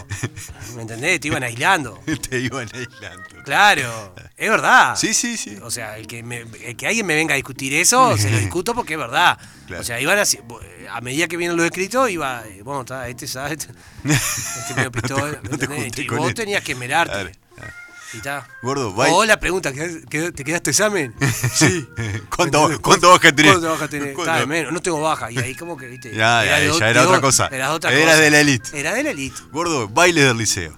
S3: ¿Me entendés? Te iban aislando.
S2: te iban aislando.
S3: Claro, es verdad.
S2: Sí, sí, sí.
S3: O sea, el que, me- el que alguien me venga a discutir eso, se lo discuto porque es verdad.
S2: Claro.
S3: O sea, iban así, bo- a medida que vienen los escritos, iba, eh, bueno, está, este sabe, este, este
S2: No
S3: medio
S2: te-
S3: pistola,
S2: no te
S3: ¿entendés?
S2: juntes
S3: y
S2: con
S3: vos
S2: él.
S3: tenías que esmerarte.
S2: Claro,
S3: Y está.
S2: Gordo,
S3: o
S2: bye.
S3: la pregunta, ¿qued- qued- ¿te quedaste examen? Sí.
S2: ¿Cuánta
S3: ¿Entendés?
S2: baja- cuánta baja tenés?
S3: ¿Cuánta baja tenés?
S2: ¿Cuánto?
S3: Está, menos, no tengo baja. Y ahí como que, viste.
S2: Ya, ya,
S3: de
S2: ya
S3: o-
S2: era
S3: de
S2: otra
S3: o-
S2: cosa.
S3: Era otra
S2: Era
S3: cosa.
S2: de la elite.
S3: Era de la elite.
S2: Gordo, bailes del liceo.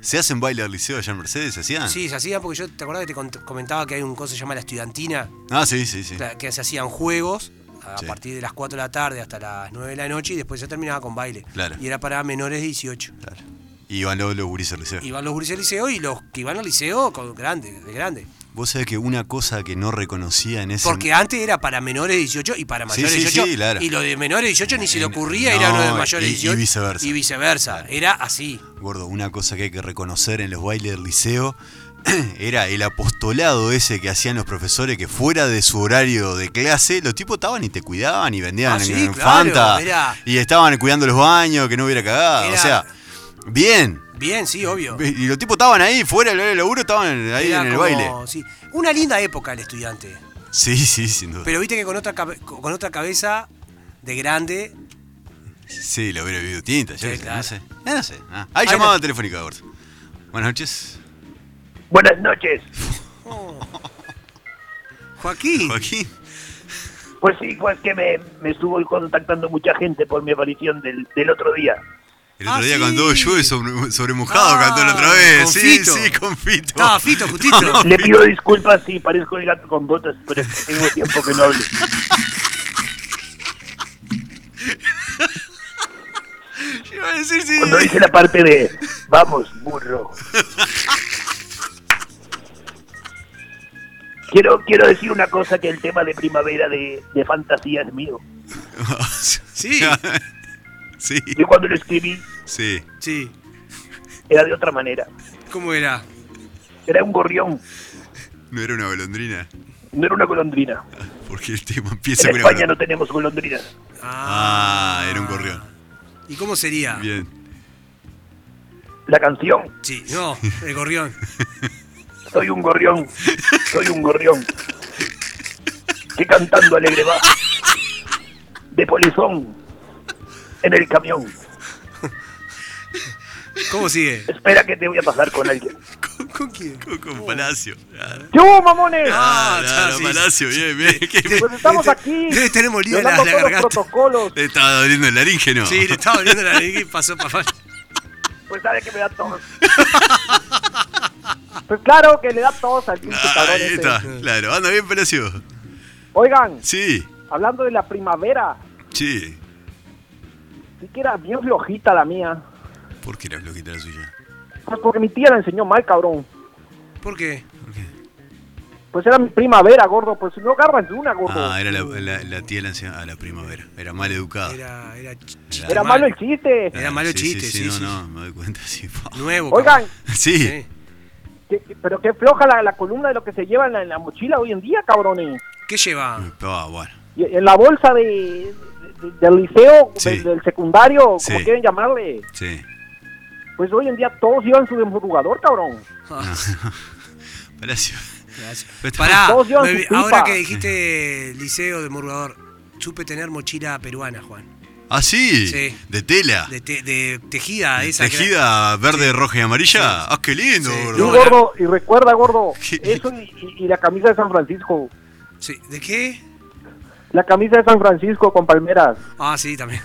S2: ¿Se hacen bailes del liceo allá en Mercedes? ¿Se hacían?
S3: Sí, se hacía porque yo, ¿te acordás que te cont- comentaba que hay un cosa que se llama la estudiantina?
S2: Ah, sí, sí, sí.
S3: Claro, que se hacían juegos a
S2: Sí.
S3: partir de las 4 de la tarde hasta las 9 de la noche y después se terminaba con baile.
S2: Claro.
S3: Y era para menores de 18.
S2: Claro. Iban los, los gurises del liceo.
S3: Iban los gurises al liceo y los que iban al liceo con grandes, de grande.
S2: Vos sabés que una cosa que no reconocía en ese
S3: Porque antes era para menores de 18 y para mayores de
S2: sí,
S3: 18.
S2: sí, claro.
S3: Y lo de menores de 18 ni se le
S2: En-
S3: ocurría ir a uno de
S2: no,
S3: mayores
S2: y- y
S3: de 18.
S2: viceversa.
S3: Y viceversa. Era así.
S2: Gordo, una cosa que hay que reconocer en los bailes del liceo era el apostolado ese que hacían los profesores que fuera de su horario de clase, los tipos estaban y te cuidaban y vendían
S3: Ah,
S2: en,
S3: sí,
S2: en
S3: claro,
S2: Fanta
S3: era-
S2: y estaban cuidando los baños, que no hubiera cagada. O
S3: Era-
S2: sea, bien.
S3: Bien, sí, obvio.
S2: Y los tipos estaban ahí, fuera del horario de laburo, estaban ahí
S3: Era
S2: en el
S3: como-
S2: baile.
S3: sí. Una linda época el estudiante.
S2: Sí, sí, sin duda.
S3: Pero viste que con otra, cabe- con otra cabeza de grande
S2: Sí, lo hubiera vivido tinta, yo
S3: Sí,
S2: qué sé,
S3: claro.
S2: no sé. Eh, no sé. Ah, Hay
S3: Ahí
S2: llamada
S3: no-
S2: telefónica, Gordo. Buenas noches.
S5: Buenas noches.
S3: Joaquín.
S2: Joaquín.
S5: Pues sí, pues que me, me estuvo contactando mucha gente por mi aparición del, del otro día.
S2: El otro
S3: Ah,
S2: día
S3: sí.
S2: cantó Llueve sobre, sobre mojado,
S3: Ah,
S2: cantó la otra vez.
S3: con
S2: sí,
S3: Fito.
S2: sí, con Fito.
S3: Estaba Fito, justito.
S2: Estaba
S5: Le
S2: Fito.
S5: pido disculpas si parezco el gato con botas, pero es que tengo tiempo que no hablo.
S2: Yo iba a decir sí.
S5: Cuando hice la parte de vamos, burro. Quiero, quiero decir una cosa que el tema de primavera de, de fantasía es mío.
S3: Sí.
S2: sí,
S5: Yo cuando lo escribí
S2: sí.
S3: Sí.
S5: era de otra manera.
S3: ¿Cómo era?
S5: Era un gorrión,
S2: No era una golondrina.
S5: no era una golondrina.
S2: Porque el tema empieza
S5: En
S2: con una
S5: España no
S2: golondrina.
S5: tenemos golondrinas.
S2: Ah, era un gorrión.
S3: ¿Y cómo sería?
S2: Bien.
S5: La canción
S3: Sí, no, el gorrión.
S5: Soy un gorrión, soy un gorrión. que cantando alegre va. De polizón. En el camión.
S3: ¿Cómo sigue?
S5: Espera que te voy a pasar con alguien.
S3: ¿Con, con quién?
S2: Con, con Palacio. Ah,
S6: ¿Qué hubo, mamones?
S2: ah,
S3: Uh. ya,
S2: no,
S3: sí,
S2: Palacio, bien, bien. que me-
S6: pues estamos aquí.
S3: Debe tenemos lío en la,
S6: violando
S3: la
S6: todos los
S3: garganta.
S6: protocolos.
S2: Le estaba doliendo el laríngeno.
S3: Sí, le estaba doliendo la nariz y pasó para
S5: Pues sabe que me da todo.
S6: Pues claro que le da todos al pinche
S2: Ah,
S6: cabrón
S2: ahí
S6: ese.
S2: está, claro. Anda bien, Palacio.
S6: Oigan,
S2: Sí,
S6: hablando de la primavera,
S2: sí.
S6: sí que era bien flojita la mía.
S2: ¿Por qué era flojita la suya?
S6: Pues porque mi tía la enseñó mal, cabrón.
S3: ¿Por qué?
S6: Pues era mi primavera, gordo. Pues no agarras de una, gordo.
S2: Ah, era la, la- la tía la anciana. Ah, la primavera. Era mal educada.
S3: Era, era ch- chiste
S6: era malo el chiste.
S3: Era malo
S2: sí, sí,
S3: chiste,
S2: sí.
S3: sí,
S2: no,
S3: sí.
S2: no, me doy cuenta, sí.
S3: Nuevo.
S6: Oigan,
S2: Sí.
S3: cabrón. ¿Eh? Sí.
S6: que- que- pero qué floja la, la columna de lo que se lleva en la, en la mochila hoy en día, cabrones.
S3: ¿Qué lleva?
S2: Ah, bueno.
S6: Y- en la bolsa de, de- del liceo,
S2: Sí.
S6: del, del secundario, como
S2: Sí.
S6: quieren llamarle.
S2: Sí.
S6: Pues hoy en día todos llevan su desjugador, cabrón.
S3: Ah,
S2: Palacio. Pero
S3: Pará,
S6: todos llevan
S3: me-
S6: sus pipas.
S3: ahora que dijiste liceo de murgador, supe tener mochila peruana, Juan.
S2: Ah, sí.
S3: Sí.
S2: De tela.
S3: De, te- de tejida esa. que era-
S2: Ah. Tejida verde, roja y amarilla. Ah, qué lindo,
S3: Sí.
S6: Y,
S2: gordo.
S3: No, la-
S6: gordo, y recuerda, gordo,
S2: ¿Qué?
S6: eso y, y- y la camisa de San Francisco.
S3: Sí, ¿De qué?
S6: La camisa de San Francisco con palmeras.
S3: Ah, sí, también.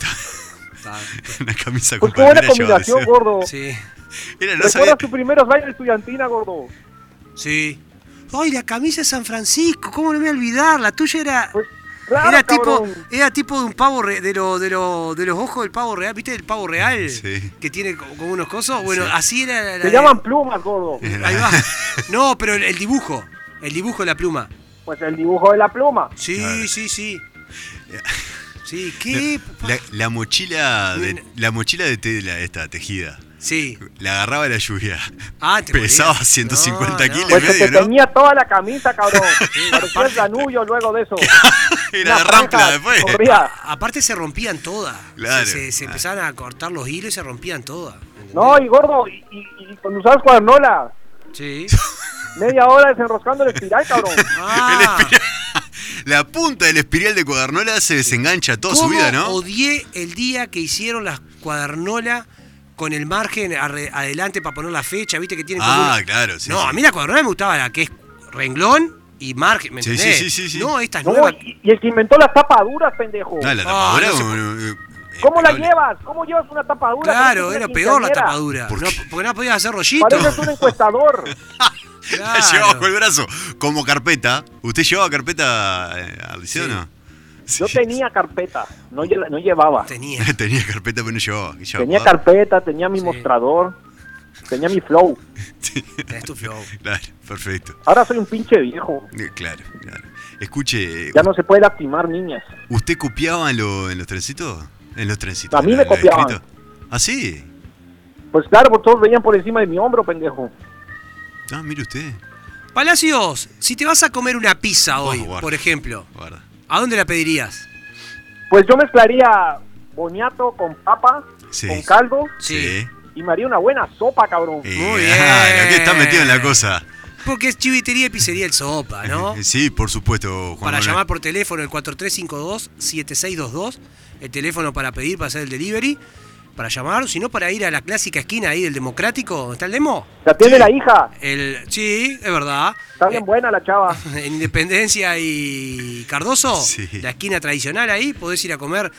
S3: Ah,
S2: Una camisa con
S6: Pues qué buena
S2: palmera llevaba,
S6: combinación,
S2: decía.
S6: gordo.
S3: sí,
S2: Era, no
S6: Recuerda
S2: sabía.
S6: tus primeros bailes estudiantina, gordo.
S3: sí. Ay, la camisa de San Francisco, ¿cómo no me voy a olvidar? La tuya era.
S6: Pues, claro,
S3: era tipo,
S6: cabrón.
S3: era tipo de un pavo re- de, lo- de, lo- de los ojos del pavo real, ¿viste? El pavo real
S2: Sí.
S3: que tiene co- como unos cosos. Bueno, así era la, la
S6: Se
S3: de-
S6: llaman plumas, gordo.
S3: Ahí va. No, pero el, el dibujo. El dibujo de la pluma.
S6: Pues el dibujo de la pluma.
S3: Sí, sí, sí. Sí, ¿qué?
S2: La, la mochila de,
S3: Bien.
S2: la mochila de tela esta tejida.
S3: Sí.
S2: La agarraba la lluvia.
S3: Ah, te
S2: Pesaba
S3: morías.
S2: 150
S3: No, no.
S2: kilos y
S6: Pues que te
S2: medio, ¿no?
S6: tenía toda la camisa, cabrón. Parecías Danubio luego de eso.
S2: Era de
S6: Una
S2: rampla
S6: franja,
S2: después.
S6: corría.
S3: Aparte se rompían todas.
S2: Claro.
S3: Se, se- se
S2: Ah.
S3: empezaban a cortar los hilos y se rompían todas. ¿entendés?
S6: No, y gordo, y, y- y cuando usabas cuadernola,
S3: Sí.
S6: media hora desenroscando el espiral, cabrón.
S3: Ah,
S2: La punta del espiral de cuadernola se desengancha toda su
S3: ¿cómo
S2: vida, ¿no?
S3: Odié el día que hicieron las cuadernolas con el margen arre- adelante para poner la fecha, viste que tienen como
S2: Ah,
S3: una-
S2: claro, sí.
S3: no,
S2: sí.
S3: a mí la cuadernola me gustaba la que es renglón y margen, ¿me
S2: Sí,
S3: entendés?
S2: sí, sí, sí, sí.
S3: No, estas
S6: No,
S3: nuevas.
S6: y, y el que inventó las tapaduras, pendejo.
S2: No, la
S3: Ah,
S2: tapadora.
S3: no se
S2: como- eh,
S6: ¿Cómo la
S2: impecable.
S6: llevas? ¿Cómo llevas una tapadura?
S3: Claro,
S6: Pareces
S3: era
S6: una
S3: peor la
S6: quinceañera.
S3: tapadura.
S2: ¿Por
S3: no,
S2: qué?
S3: porque no podías hacer rollito.
S6: Pareces un encuestador.
S3: Claro.
S2: La llevaba con el brazo. Como carpeta. ¿Usted llevaba carpeta eh, al liceo o
S3: Sí.
S2: no?
S6: Yo
S2: Sí.
S6: tenía carpeta, no, lle- no llevaba.
S3: Tenía.
S2: Tenía carpeta, pero no llevaba. ¿Qué llevaba?
S6: Tenía carpeta, tenía mi
S3: Sí.
S6: mostrador, tenía mi flow.
S3: Tenés tu flow.
S2: Claro, perfecto.
S6: Ahora soy un pinche viejo.
S2: Eh, Claro, claro. Escuche, eh,
S6: Ya no se puede lastimar niñas.
S2: ¿usted copiaba en, lo- en los trencitos? En los trencitos.
S6: A mí
S2: en
S6: me
S2: lo
S6: copiaban.
S2: escrito. ¿Ah, sí?
S6: Pues claro, porque todos veían por encima de mi hombro, pendejo.
S2: Ah, mire usted.
S3: Palacios, si te vas a comer una pizza hoy,
S2: guarda.
S3: por ejemplo,
S2: Guarda.
S3: ¿a dónde la pedirías?
S6: Pues yo mezclaría boniato con papa,
S2: Sí.
S6: con caldo
S3: Sí.
S6: y me haría una buena sopa, cabrón.
S2: Eh,
S3: Muy
S2: claro,
S3: bien.
S2: que está metido en la cosa.
S3: Porque es chivitería y pizzería el sopa, ¿no?
S2: Eh, Sí, por supuesto, Juan.
S3: Para
S2: Manuel.
S3: llamar por teléfono el 4352-7622, el teléfono para pedir, para hacer el delivery, para llamar, o si no, para ir a la clásica esquina ahí del Democrático, donde está el demo.
S6: ¿Te atiende la hija?
S3: El, sí, es verdad. Eh,
S6: Está bien buena la chava.
S3: en Independencia y Cardoso,
S2: Sí.
S3: la esquina tradicional ahí, podés ir a comer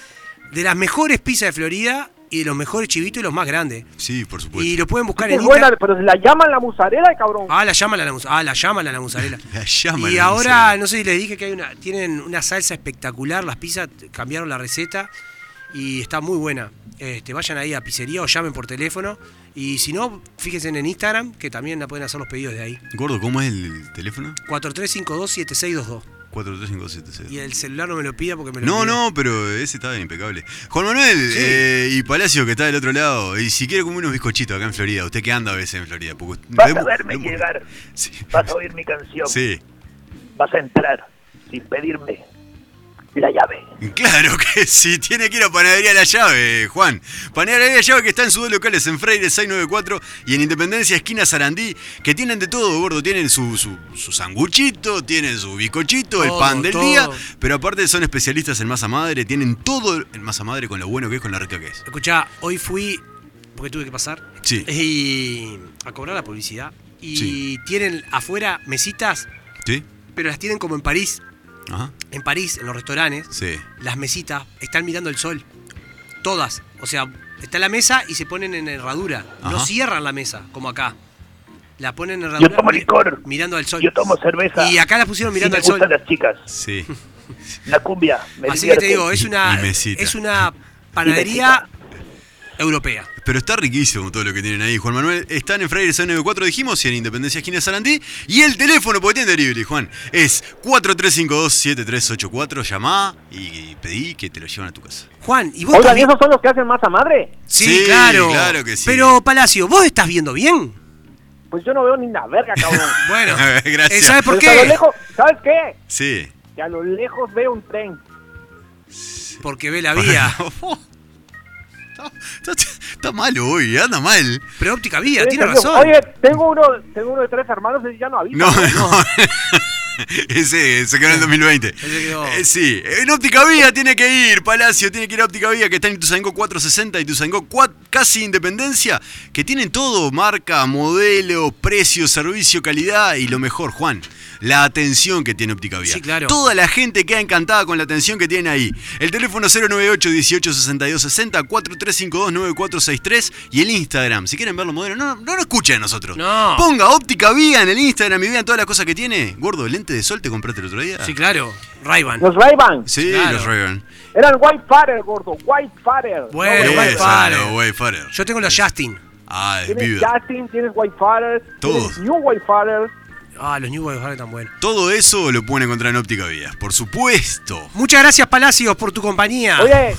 S3: de las mejores pizzas de Florida y de los mejores chivitos y los más grandes.
S2: Sí, por
S3: Y
S2: supuesto.
S3: lo pueden buscar en
S6: Es buena,
S3: Insta-
S6: pero se la llaman la musarela, cabrón.
S3: Ah, la llaman a la musarela. Ah, la llaman a la musarela.
S2: La llama
S3: Y
S2: la
S3: ahora,
S2: miseria.
S3: no sé si les dije que hay una, tienen una salsa espectacular, las pizzas t- cambiaron la receta y está muy buena. Este, vayan ahí a pizzería o llamen por teléfono. Y si no, fíjense en Instagram, que también la pueden hacer los pedidos de ahí.
S2: Gordo, ¿cómo es el teléfono?
S3: 4352-7622.
S2: 43576.
S3: Y el celular no me lo pida porque me lo
S2: No,
S3: pide.
S2: no, pero ese está bien impecable. Juan Manuel
S3: Sí.
S2: eh, y Palacio, que está del otro lado. Y si quiere comer unos bizcochitos acá en Florida, usted que anda a veces en Florida. Porque
S5: Vas a
S2: vemos-
S5: verme
S2: vemos-
S5: llegar.
S2: Sí.
S5: Vas a oír mi canción.
S2: Sí.
S5: Vas a entrar sin pedirme. la llave.
S2: Claro que sí, tiene que ir a Panadería La Llave, Juan. Panadería La Llave que está en sus dos locales en Freire 694 y en Independencia Esquina Sarandí, que tienen de todo, gordo. Tienen su, su, su sanguchito, tienen su bicochito, el
S3: Todo,
S2: pan del
S3: todo.
S2: día, pero aparte son especialistas en masa madre, tienen todo en masa madre con lo bueno que es, con lo rica que es.
S3: Escuchá, hoy fui, porque tuve que pasar,
S2: Sí.
S3: y a cobrar la publicidad. Y
S2: Sí.
S3: tienen afuera mesitas,
S2: ¿Sí?
S3: pero las tienen como en París.
S2: Ajá.
S3: En París, en los restaurantes,
S2: Sí.
S3: las mesitas están mirando el sol. Todas. O sea, está la mesa y se ponen en herradura. No
S2: Ajá.
S3: cierran la mesa, como acá. La ponen en herradura.
S5: Yo tomo licor.
S3: Mirando al sol.
S5: Yo tomo cerveza.
S3: Y acá la pusieron mirando
S5: Y
S3: al
S5: me gustan
S3: sol.
S5: las chicas.
S2: Sí.
S5: La cumbia. Me
S3: Así que te
S5: divierte.
S3: digo, es una,
S2: Y mesita.
S3: es una panadería europea.
S2: Pero está riquísimo todo lo que tienen ahí, Juan Manuel. Están en Freire 694, dijimos, y en Independencia Esquina Sarandí. Y el teléfono, porque tiene delivery, Juan, es 4352-7384. Llamá y pedí que te lo llevan a tu casa.
S3: Juan, ¿y vos
S6: Oigan, ¿y
S3: también?
S6: esos son los que hacen masa madre?
S3: Sí,
S2: Sí,
S3: claro.
S2: claro que sí.
S3: Pero, Palacio, ¿vos estás viendo bien?
S6: Pues yo no veo ni una verga, cabrón.
S3: Bueno,
S2: Gracias.
S3: eh, ¿sabes por
S6: Porque a lo
S3: qué?
S6: lejos, ¿sabes qué?
S2: Sí.
S6: Que a lo lejos veo un tren.
S3: Porque ve la vía.
S2: Está- está, está malo hoy, anda mal.
S3: Pero óptica vía,
S6: Oye,
S3: tiene
S6: tengo-
S3: razón.
S6: Oye, tengo uno, tengo uno de tres hermanos y ya no avisa.
S2: No, no. Ese se quedó en el 2020.
S3: Ese quedó.
S2: Eh, sí, en Óptica Vía tiene que ir, Palacio, tiene que ir a Óptica Vía, que está en Ituzaingó 460, Ituzaingó cua- casi Independencia, que tienen todo, marca, modelo, precio, servicio, calidad y lo mejor, Juan. La atención que tiene Óptica Vía.
S3: Sí, claro.
S2: Toda la gente queda encantada con la atención que tiene ahí. El teléfono 098 18 62 60 4352 9463 y el Instagram. Si quieren verlo modelo, no, no lo escuchen a nosotros.
S3: No.
S2: Ponga óptica vía en el Instagram y vean todas las cosas que tiene. Gordo, lente de sol te compraste el otro día.
S3: Sí, claro. Rayban.
S6: Los Ray-Ban.
S2: Sí,
S3: Claro.
S2: los Ray-Ban.
S6: Eran White Fatter, gordo. White Fatter.
S3: Bueno,
S2: Esa,
S3: White Father.
S2: los White Father.
S3: Eh, Yo tengo los Justin.
S2: Ah, es
S6: Tienes
S2: viva.
S6: Justin, tienes White Fatter.
S2: Todos.
S6: Tienes New White Fatter.
S3: Ah, los New Boys Father tan buenos.
S2: Todo eso lo pueden encontrar en óptica vía. Por supuesto.
S3: Muchas gracias, Palacios, por tu compañía.
S6: Oye,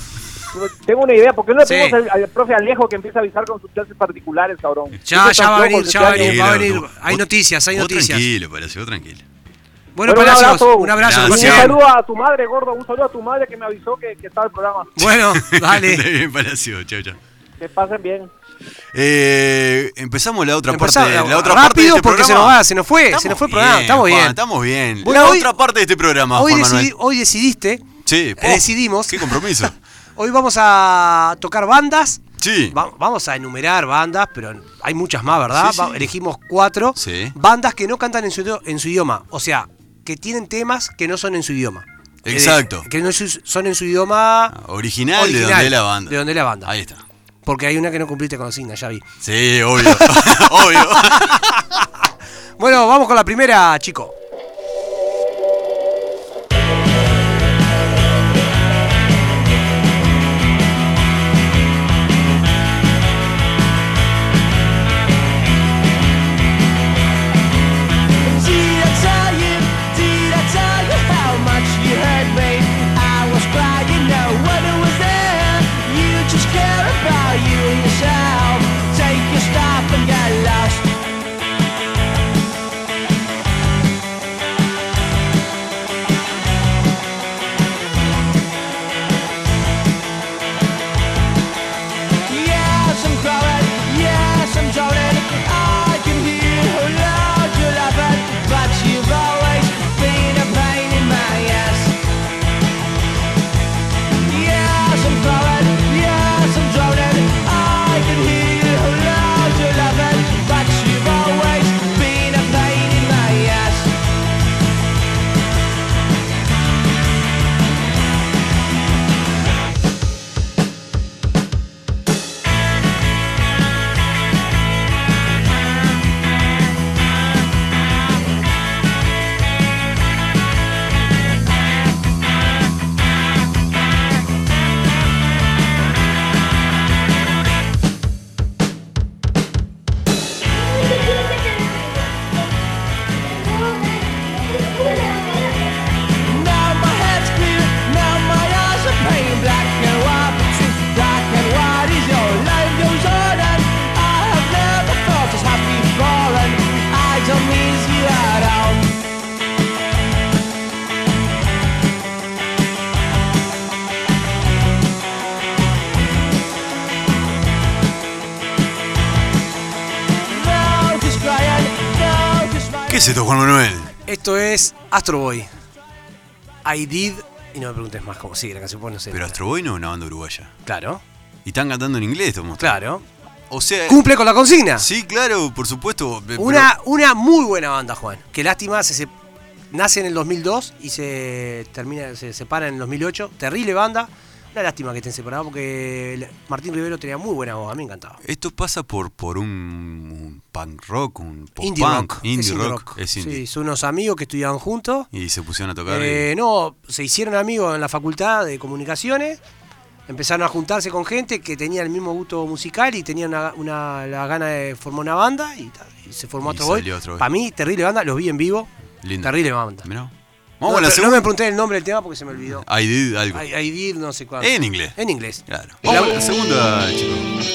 S6: tengo una idea. ¿Por qué no le
S3: Ah. Sí.
S6: pedimos al, al profe Alejo que empiece a avisar con sus clases particulares, cabrón? Siempre
S3: ya, ya va a
S6: tan
S3: venir,
S6: flojos
S3: ya va a
S6: este año.
S3: venir, va a venir.
S2: Vos-
S3: Hay
S2: vos-
S3: noticias, hay
S2: vos
S3: noticias.
S2: Tranquilo, Palacio, vos tranquilo.
S3: Bueno,
S6: Bueno, un
S3: Palacios,
S6: abrazo.
S3: un abrazo.
S6: Y un
S2: Gracias.
S3: Palacios.
S6: saludo a tu madre, gordo. Un saludo a tu madre que me avisó que, que estaba el programa.
S3: Bueno,
S2: Está
S3: dale.
S2: bien, Palacio. Chao, chao.
S6: Que pasen bien.
S2: Eh, empezamos la otra
S3: Empezá,
S2: parte. La otra
S3: rápido
S2: parte de este
S3: porque se nos
S2: programa.
S3: va, se nos fue, se nos fue el programa, estamos
S2: Juan,
S3: bien.
S2: estamos bien.
S3: Bueno,
S2: la
S3: hoy-
S2: otra parte de este programa,
S3: Hoy,
S2: Juan
S3: decidi-
S2: Manuel.
S3: hoy decidiste,
S2: Sí, po,
S3: decidimos.
S2: Qué compromiso.
S3: hoy vamos a tocar bandas.
S2: Sí.
S3: Va- vamos a enumerar bandas, pero hay muchas más, ¿verdad?
S2: Sí,
S3: Va-
S2: sí.
S3: elegimos cuatro
S2: Sí.
S3: bandas que no cantan en su, idio- en su idioma. O sea, que tienen temas que no son en su idioma. Que de-
S2: Exacto.
S3: Que no su- son en su idioma.
S2: Original, de
S3: Original,
S2: donde es la banda.
S3: de donde es la banda.
S2: Ahí está.
S3: Porque hay una que no cumpliste consigna, ya vi.
S2: Sí, obvio. obvio.
S3: Bueno, vamos con la primera, chico.
S4: Did I tell you, did I tell you how much you hurt me? I was crying, no one was there. You just care about you and yourself. Take your stuff and get lost.
S2: es esto, Juan Manuel?
S3: Esto es Astro Boy. I did. Y no me preguntes más cómo sigue la canción, pues no sé.
S2: Pero Astro Boy no es una banda uruguaya.
S3: Claro,
S2: Y están cantando en inglés, estos monstruos.
S3: claro.
S2: O sea.
S3: Cumple con la consigna.
S2: Sí, claro, por supuesto. pe-
S3: Una, una muy buena banda, Juan. Que lástima, se, se- nace en el 2002 y se termina se separa en el 2008. Terrible banda. Una lástima que estén separados porque el- Martín Rivero tenía muy buena voz, a mí me encantaba.
S2: pero Esto pasa por, por un, un punk rock, un pop
S3: Indie
S2: punk,
S3: rock.
S2: indie
S3: es
S2: rock. Es indie.
S3: Sí, son unos amigos que estudiaban juntos.
S2: Y se pusieron a tocar.
S3: Eh, no, se hicieron amigos en la facultad de comunicaciones, empezaron a juntarse con gente que tenía el mismo gusto musical y tenían una, una- la gana de formar una banda y, ta, y se formó
S2: Y
S3: otro Boy.
S2: salió Astro Boy.
S3: Para mí, terrible banda, los vi en vivo.
S2: Lindo.
S3: Terrible banda.
S2: Mirá.
S3: No,
S2: Vamos a la
S3: pero no
S2: segunda.
S3: me pregunté el nombre del tema porque se me olvidó.
S2: I did algo.
S3: I, I did no sé cuánto.
S2: En inglés.
S3: En inglés.
S2: Claro. Vamos a la segunda, chicos.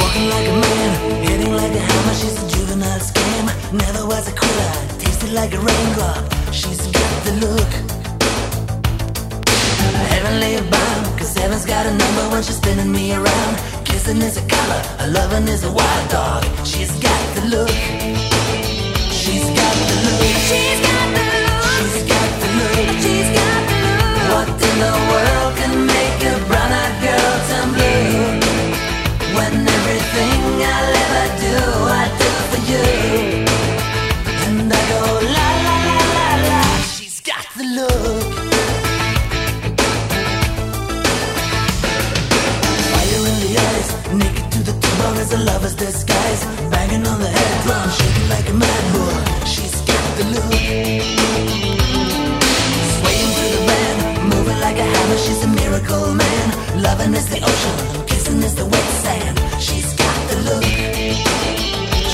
S7: Walking like a man, hitting like a hammer, she's a juvenile scam. Never was a quitter, tasted like a raindrop. She's got the look. Heavenly bound, cause heaven's got a number when she's spinning me around. Kissing is a color, a loving is a wild dog. She's got the look. She's got the look. She's got the look. She's got the look. She's got the look. What in the world can make a brown-eyed girl turn blue? When everything I'll ever do, I do for you. And I go la la la la la. She's got the look. Fire in the eyes, naked to the bone is a lover's disguise. Banging on the head drum, shaking like a mad bull. She's got the look. Swaying through the band, moving like a hammer, she's a miracle man. Loving is the ocean, kissing is the wet sand. She's got the look.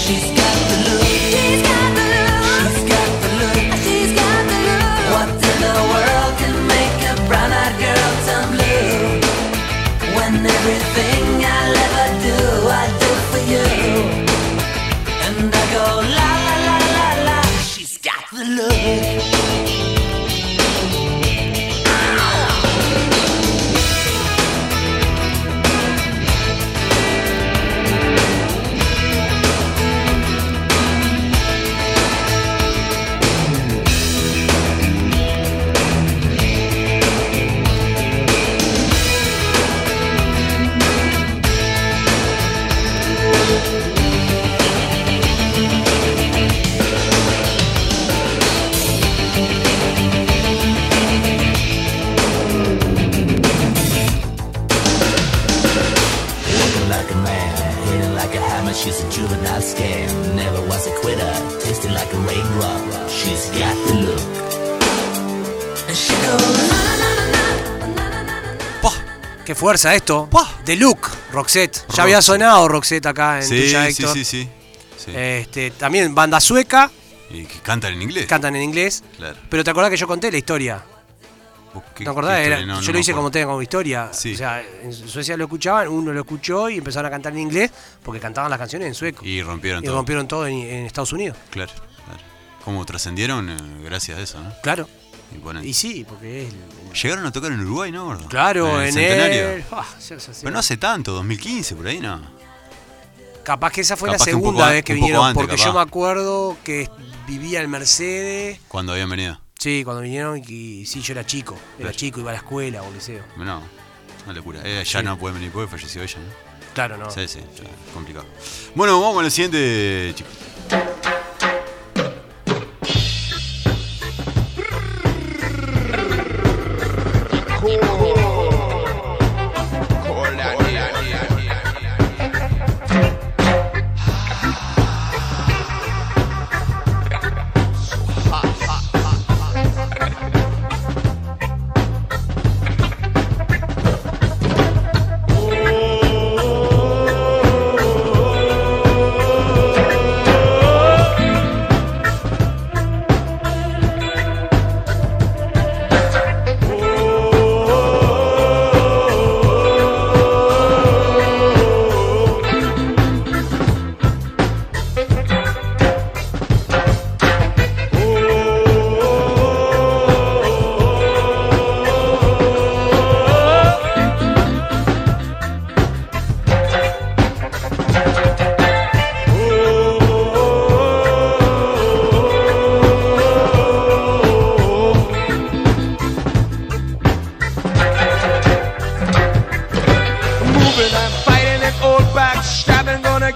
S7: She's got the look. She's got the look. She's got the look. She's got the look. What in the world can make a brown-eyed girl turn blue? When everything I'll ever do, I do for you. And I go la la la la la. She's got the look. like a man, hitting like a hammer, she's a juvenile scam. Never was a quitter, tasting like a raindrop. She's got the look. And she goes, na na na na na na na na.
S2: Pa.
S3: Qué fuerza esto. De Look, Roxette.
S2: Roxette.
S3: Ya había sonado Roxette acá en
S2: Sí,
S3: Tuya,
S2: sí,
S3: Héctor.
S2: sí, sí. Sí.
S3: Este, también banda sueca,
S2: Y que cantan en inglés.
S3: cantan en inglés.
S2: Claro.
S3: Pero te acordás que yo conté la historia.
S2: ¿Vos qué-
S3: ¿Te acordás?
S2: qué
S3: Era-
S2: historia? No,
S3: yo
S2: no
S3: lo
S2: me
S3: hice como
S2: acuerdo.
S3: tema, como historia.
S2: Sí.
S3: O sea, en Suecia lo escuchaban, uno lo escuchó y empezaron a cantar en inglés porque cantaban las canciones en sueco.
S2: Y rompieron
S3: Y
S2: todo.
S3: rompieron todo en, en Estados Unidos.
S2: Claro, claro. ¿Cómo trascendieron? Eh, Gracias a eso, ¿no?
S3: Claro.
S2: Imponente.
S3: Y sí, porque es. el-
S2: Llegaron a tocar en Uruguay, ¿no, gordo?
S3: Claro,
S2: el
S3: en
S2: centenario.
S3: el. Ah, ya- ya sé.
S2: Pero no hace tanto, 2015, por ahí, ¿no?
S3: Capaz que esa fue la
S2: Capaz que un
S3: segunda
S2: poco an-
S3: vez que
S2: un poco
S3: vinieron,
S2: antes,
S3: porque yo me
S2: capaz.
S3: acuerdo que vivía en Mercedes.
S2: Cuando habían venido.
S3: Sí, cuando vinieron y, y sí, yo era chico. Era
S2: Claro.
S3: chico, iba a la escuela o al liceo.
S2: No, una locura. Ella ya
S3: Sí. Ah.
S2: no puede venir porque falleció ella, ¿no?
S3: Claro, no.
S2: Sí, sí, ya, complicado. Bueno, vamos a lo siguiente, chicos.
S8: Hola,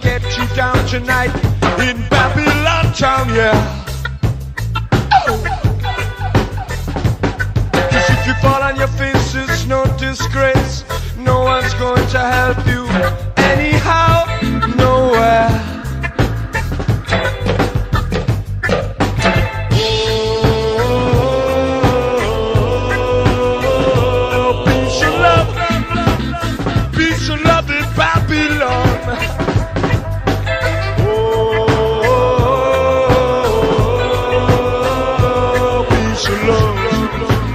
S4: get you down tonight in Babylon town, yeah. Cause if you fall on your face, it's no disgrace. No one's going to help you anyhow, nowhere. Oh, peace and love, peace and love in Babylon. Oh, peace and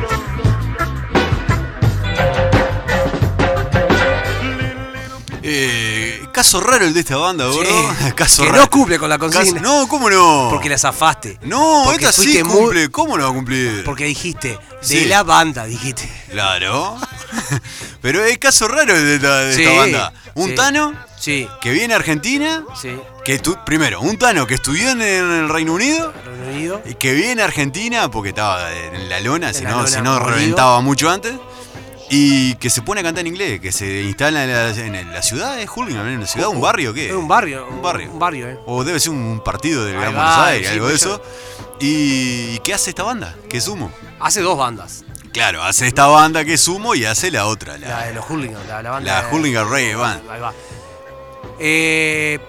S2: Eh, caso raro el de esta banda,
S3: Sí.
S2: gordo. Caso
S3: que
S2: raro.
S3: no cumple con la consigna.
S2: Caso- no, ¿cómo no?
S3: Porque la zafaste.
S2: No,
S3: Porque
S2: esta sí
S3: fuiste muy-
S2: cumple. ¿Cómo no va a cumplir?
S3: Porque dijiste, de
S2: Sí.
S3: la banda, dijiste.
S2: Claro. Pero es caso raro el de esta, de esta
S3: Sí,
S2: banda. Un
S3: sí.
S2: Tano
S3: Sí,
S2: que viene a Argentina.
S3: sí.
S2: Que estu- primero, un Tano que estudió en el Reino Unido.
S3: Reino Unido.
S2: Y que viene a Argentina porque estaba en la lona, si
S3: la
S2: no,
S3: lona,
S2: si no
S3: morido.
S2: reventaba mucho antes. Y que se pone a cantar en inglés, que se instala en la, en la ciudad, ¿es Hulking? ¿En la ciudad? ¿Un barrio o qué?
S3: Uh, Es un barrio.
S2: Un barrio.
S3: Un barrio, eh.
S2: O debe ser un partido del
S3: Ahí
S2: Gran
S3: va,
S2: Buenos Aires,
S3: sí, pues
S2: algo de
S3: puede
S2: eso. ¿Y qué hace esta banda? ¿Qué sumo?
S3: Hace dos bandas.
S2: Claro, hace esta banda que sumo y hace la otra,
S3: La
S2: la,
S3: de los Hurlingham, la, la banda.
S2: la Hurlingham Reggae Band.
S3: Ahí va. Eh,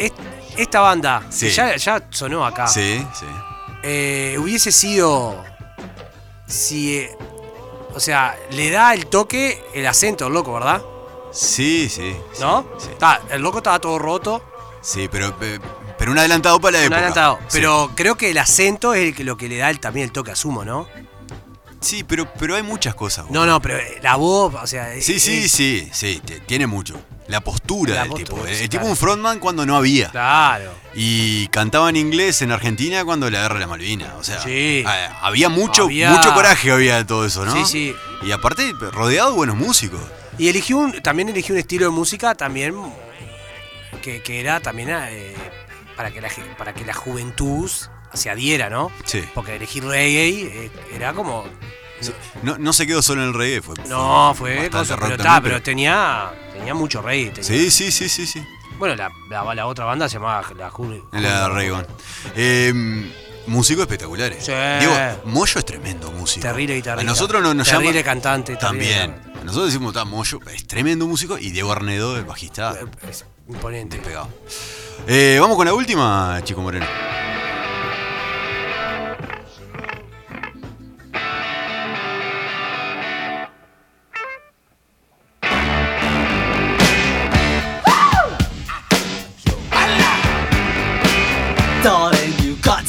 S3: est- esta banda,
S2: Sí.
S3: que ya, ya sonó acá,
S2: Sí, sí.
S3: eh, hubiese sido. Si. eh, o sea, le da el toque el acento al loco, ¿verdad?
S2: Sí, sí.
S3: ¿No?
S2: Sí,
S3: Está- el loco estaba todo roto,
S2: Sí, pero, eh, pero un adelantado para la
S3: no
S2: época.
S3: adelantado.
S2: Sí.
S3: Pero creo que el acento es el que- lo que le da el- también el toque a Sumo, ¿no?
S2: Sí, pero, pero hay muchas cosas.
S3: No, no, pero eh, la voz, o sea.
S2: Sí,
S3: es-
S2: sí,
S3: es-
S2: sí, sí, te- tiene mucho. La postura
S3: La
S2: del
S3: postura,
S2: tipo. eh, El
S3: sí,
S2: tipo
S3: claro.
S2: un frontman cuando no había.
S3: Claro.
S2: Y cantaba en inglés en Argentina cuando la guerra de las Malvinas. O sea,
S3: Sí.
S2: a- había mucho
S3: Había-
S2: mucho coraje había de todo eso, ¿no?
S3: Sí, sí.
S2: Y aparte, rodeado de buenos músicos.
S3: Y eligió un, también eligió un estilo de música también que, que era también eh, para, que la, ge- para que la juventud se adhiera, ¿no?
S2: Sí.
S3: Porque elegir reggae eh, era como...
S2: No, no se quedó solo en el reggae, fue.
S3: No, fue...
S2: bastante
S3: cosa,
S2: rock
S3: pero,
S2: también,
S3: ta,
S2: pero-
S3: pero tenía, tenía mucho reggae. tenía-
S2: Sí, sí, sí, sí, sí.
S3: Bueno, la, la, la otra banda se llamaba La Jul-
S2: La reggae. band. Eh, músicos espectaculares.
S3: Sí.
S2: eh. Digo, Moyo es tremendo músico.
S3: Terrible guitarrista.
S2: A nosotros no nos llama.
S3: Terrible cantante. terrible
S2: También.
S3: guitarra-
S2: A nosotros decimos, está Moyo, es tremendo músico. Y Diego Arnedo, el bajista.
S3: Eh, es imponente.
S2: Despegado. Eh, vamos con la última, Chico Moreno.
S8: Darling, you got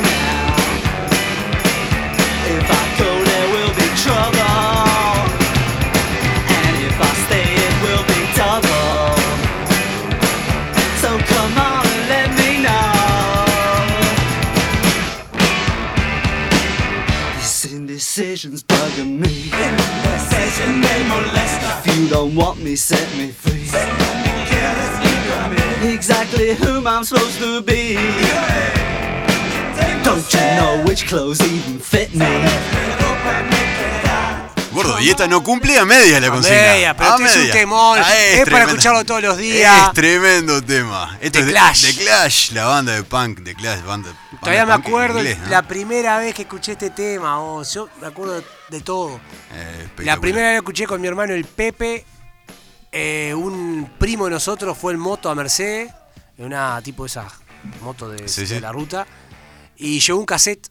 S8: now? If I go, there will be trouble. And if I stay, it will be double. So come on and let me know. This indecision's bugging me. Indecision, they molest If you don't want me, set me free. Exactly whom I'm supposed to be. Don't you know which clothes even fit me?
S2: Gordo, y esta no cumple a media la
S3: A
S2: consigna.
S3: media, pero
S2: A
S3: este es un
S2: media.
S3: temón,
S2: Ah,
S3: es para escucharlo todos los días.
S2: Es tremendo tema. Esto
S3: The
S2: es de-
S3: Clash.
S2: The Clash, la banda de punk, The Clash, banda. banda
S3: Todavía me
S2: punk en
S3: acuerdo
S2: inglés, ¿no? Eh,
S3: la primera vez que escuché este tema, oh, yo me acuerdo de- de todo.
S2: Eh, espectacular.
S3: La primera vez que escuché con mi hermano el Pepe, eh, un primo de nosotros fue en moto a Mercedes, en una tipo esas motos de,
S2: Sí,
S3: de
S2: sí.
S3: la ruta, Y llegó un cassette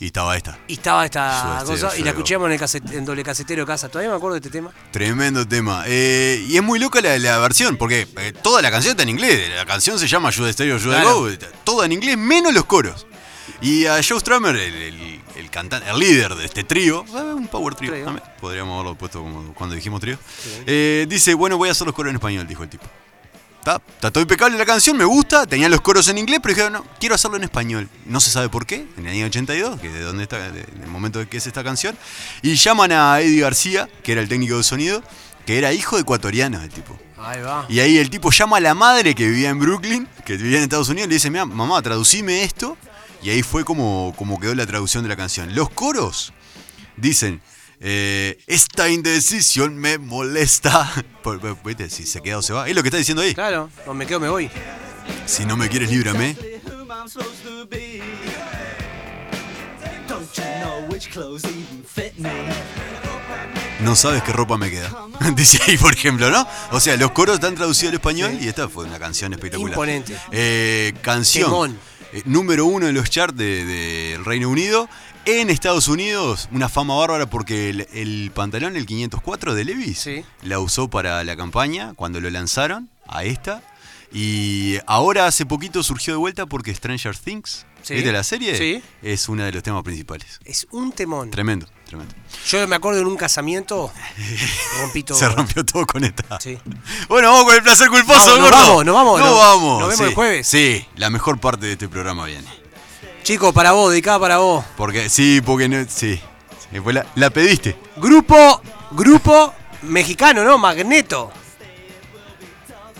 S2: Y estaba esta.
S3: y estaba esta
S2: Yo,
S3: cosa
S2: sí,
S3: y la
S2: yo.
S3: escuchamos en el cassette- en doble casetero de casa. Todavía me acuerdo de este tema.
S2: Tremendo tema. Eh, y es muy loca la, la versión, porque eh, toda la canción está en inglés. La canción se llama You the Stereo, You the
S3: Claro.
S2: Go. está- Toda en inglés, menos los coros. Y a Joe Strummer, el, el, el cantante, el líder de este trío, eh, un power trío,
S3: Trío.
S2: también, podríamos haberlo puesto como cuando dijimos trío, eh, dice, bueno, voy a hacer los coros en español, dijo el tipo. Está, está todo impecable la canción, me gusta, tenía los coros en inglés, pero dijeron, no, quiero hacerlo en español. No se sabe por qué, en el año 82, que es de donde está, de- en el momento de que es esta canción. Y llaman a Eddie García, que era el técnico de sonido, que era hijo de ecuatoriano el tipo.
S3: Ahí va.
S2: Y ahí el tipo llama a la madre que vivía en Brooklyn, que vivía en Estados Unidos, y le dice, mira, mamá, traducime esto. Y ahí fue como, como quedó la traducción de la canción. Los coros dicen, eh, esta indecisión me molesta. Por- por- Viste, si se queda o se va. Es lo que está diciendo ahí.
S3: Claro, o me quedo, me voy.
S2: Si no me quieres, líbrame.
S8: Exactly whom I'm supposed to be. Don't you know which clothes even fit me?
S2: No sabes qué ropa me queda. Dice ahí, por ejemplo, ¿no? O sea, los coros están traducidos al español y esta fue una canción espectacular.
S3: Imponente.
S2: Eh, canción
S3: Temón.
S2: eh, número uno en los charts del de, del Reino Unido. En Estados Unidos, una fama bárbara porque el, el pantalón, el 504 de Levis,
S3: Sí.
S2: la usó para la campaña cuando lo lanzaron a esta. Y ahora hace poquito surgió de vuelta porque Stranger Things,
S3: Sí.
S2: ¿viste la serie?
S3: Sí.
S2: Es uno de los temas principales.
S3: Es un temón.
S2: Tremendo, tremendo.
S3: Yo me acuerdo en un casamiento. Rompí todo.
S2: Se rompió todo con esta.
S3: Sí.
S2: Bueno, vamos con el placer culposo,
S3: Vamos, nos
S2: gordo.
S3: vamos, nos vamos,
S2: Nos
S3: nos-
S2: vamos.
S3: nos vemos
S2: sí.
S3: el jueves.
S2: Sí, la mejor parte de este programa viene.
S3: Chico, para vos, dedicada para vos.
S2: Porque, sí, porque no. Sí. Sí, fue la, la pediste.
S3: Grupo, grupo mexicano, ¿no? Magneto.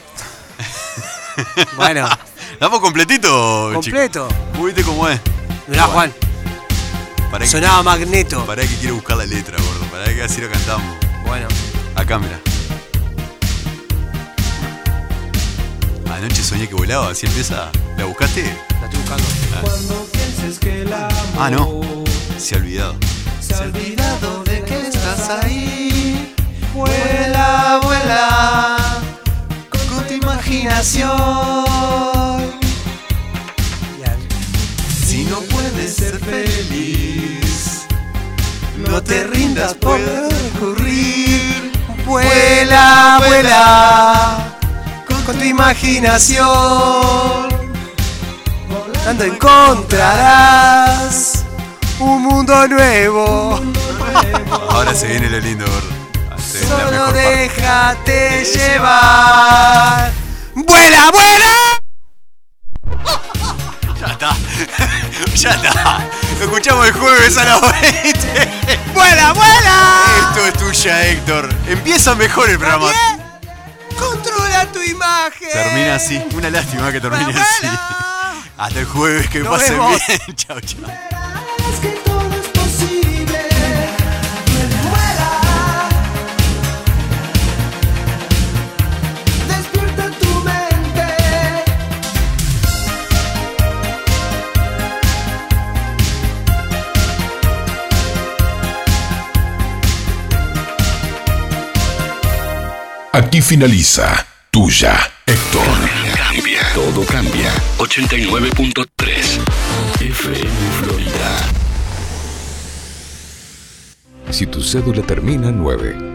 S3: bueno,
S2: Damos completito,
S3: completo.
S2: chico. Viste cómo es.
S3: Mirá, Juan,
S2: Para
S3: sonaba Magneto.
S2: Pará que quiero buscar la letra, gordo. Pará que así lo cantamos.
S3: Bueno,
S2: Acá, mirá. Anoche soñé que volaba, así empieza. ¿La buscaste?
S3: la estoy buscando.
S4: Cuando pienses que el amor
S2: Ah, no. Se ha olvidado.
S4: se ha olvidado de que estás ahí, vuela, vuela con tu imaginación.
S3: Ya.
S4: Si no puedes ser feliz, no te rindas, puede ocurrir. Vuela, vuela con tu imaginación.
S3: Tanto encontrarás un mundo nuevo.
S2: Ahora se viene lo lindo, gordo. Ah, se viene la
S3: Solo
S2: mejor parte.
S3: déjate llevar. ¡Vuela, vuela!
S2: Ya está. ya está. Lo escuchamos el jueves a las 20.
S3: ¡Vuela, vuela!
S2: Esto es tuya, Héctor. Empieza mejor el programa.
S3: Bien. Controla tu imagen.
S2: Termina así. Una lástima que termine
S3: Vuela,
S2: así.
S3: vuela.
S2: Hasta el jueves, que
S3: Nos
S2: pasen
S3: vemos.
S2: bien. Chao, chao.
S4: Es que todo es posible. Vuela. Despierta tu mente.
S9: Aquí finaliza Tuya, Héctor.
S10: Cambia. Todo cambia. 89.3 FM Florida.
S11: Si tu cédula termina en 9,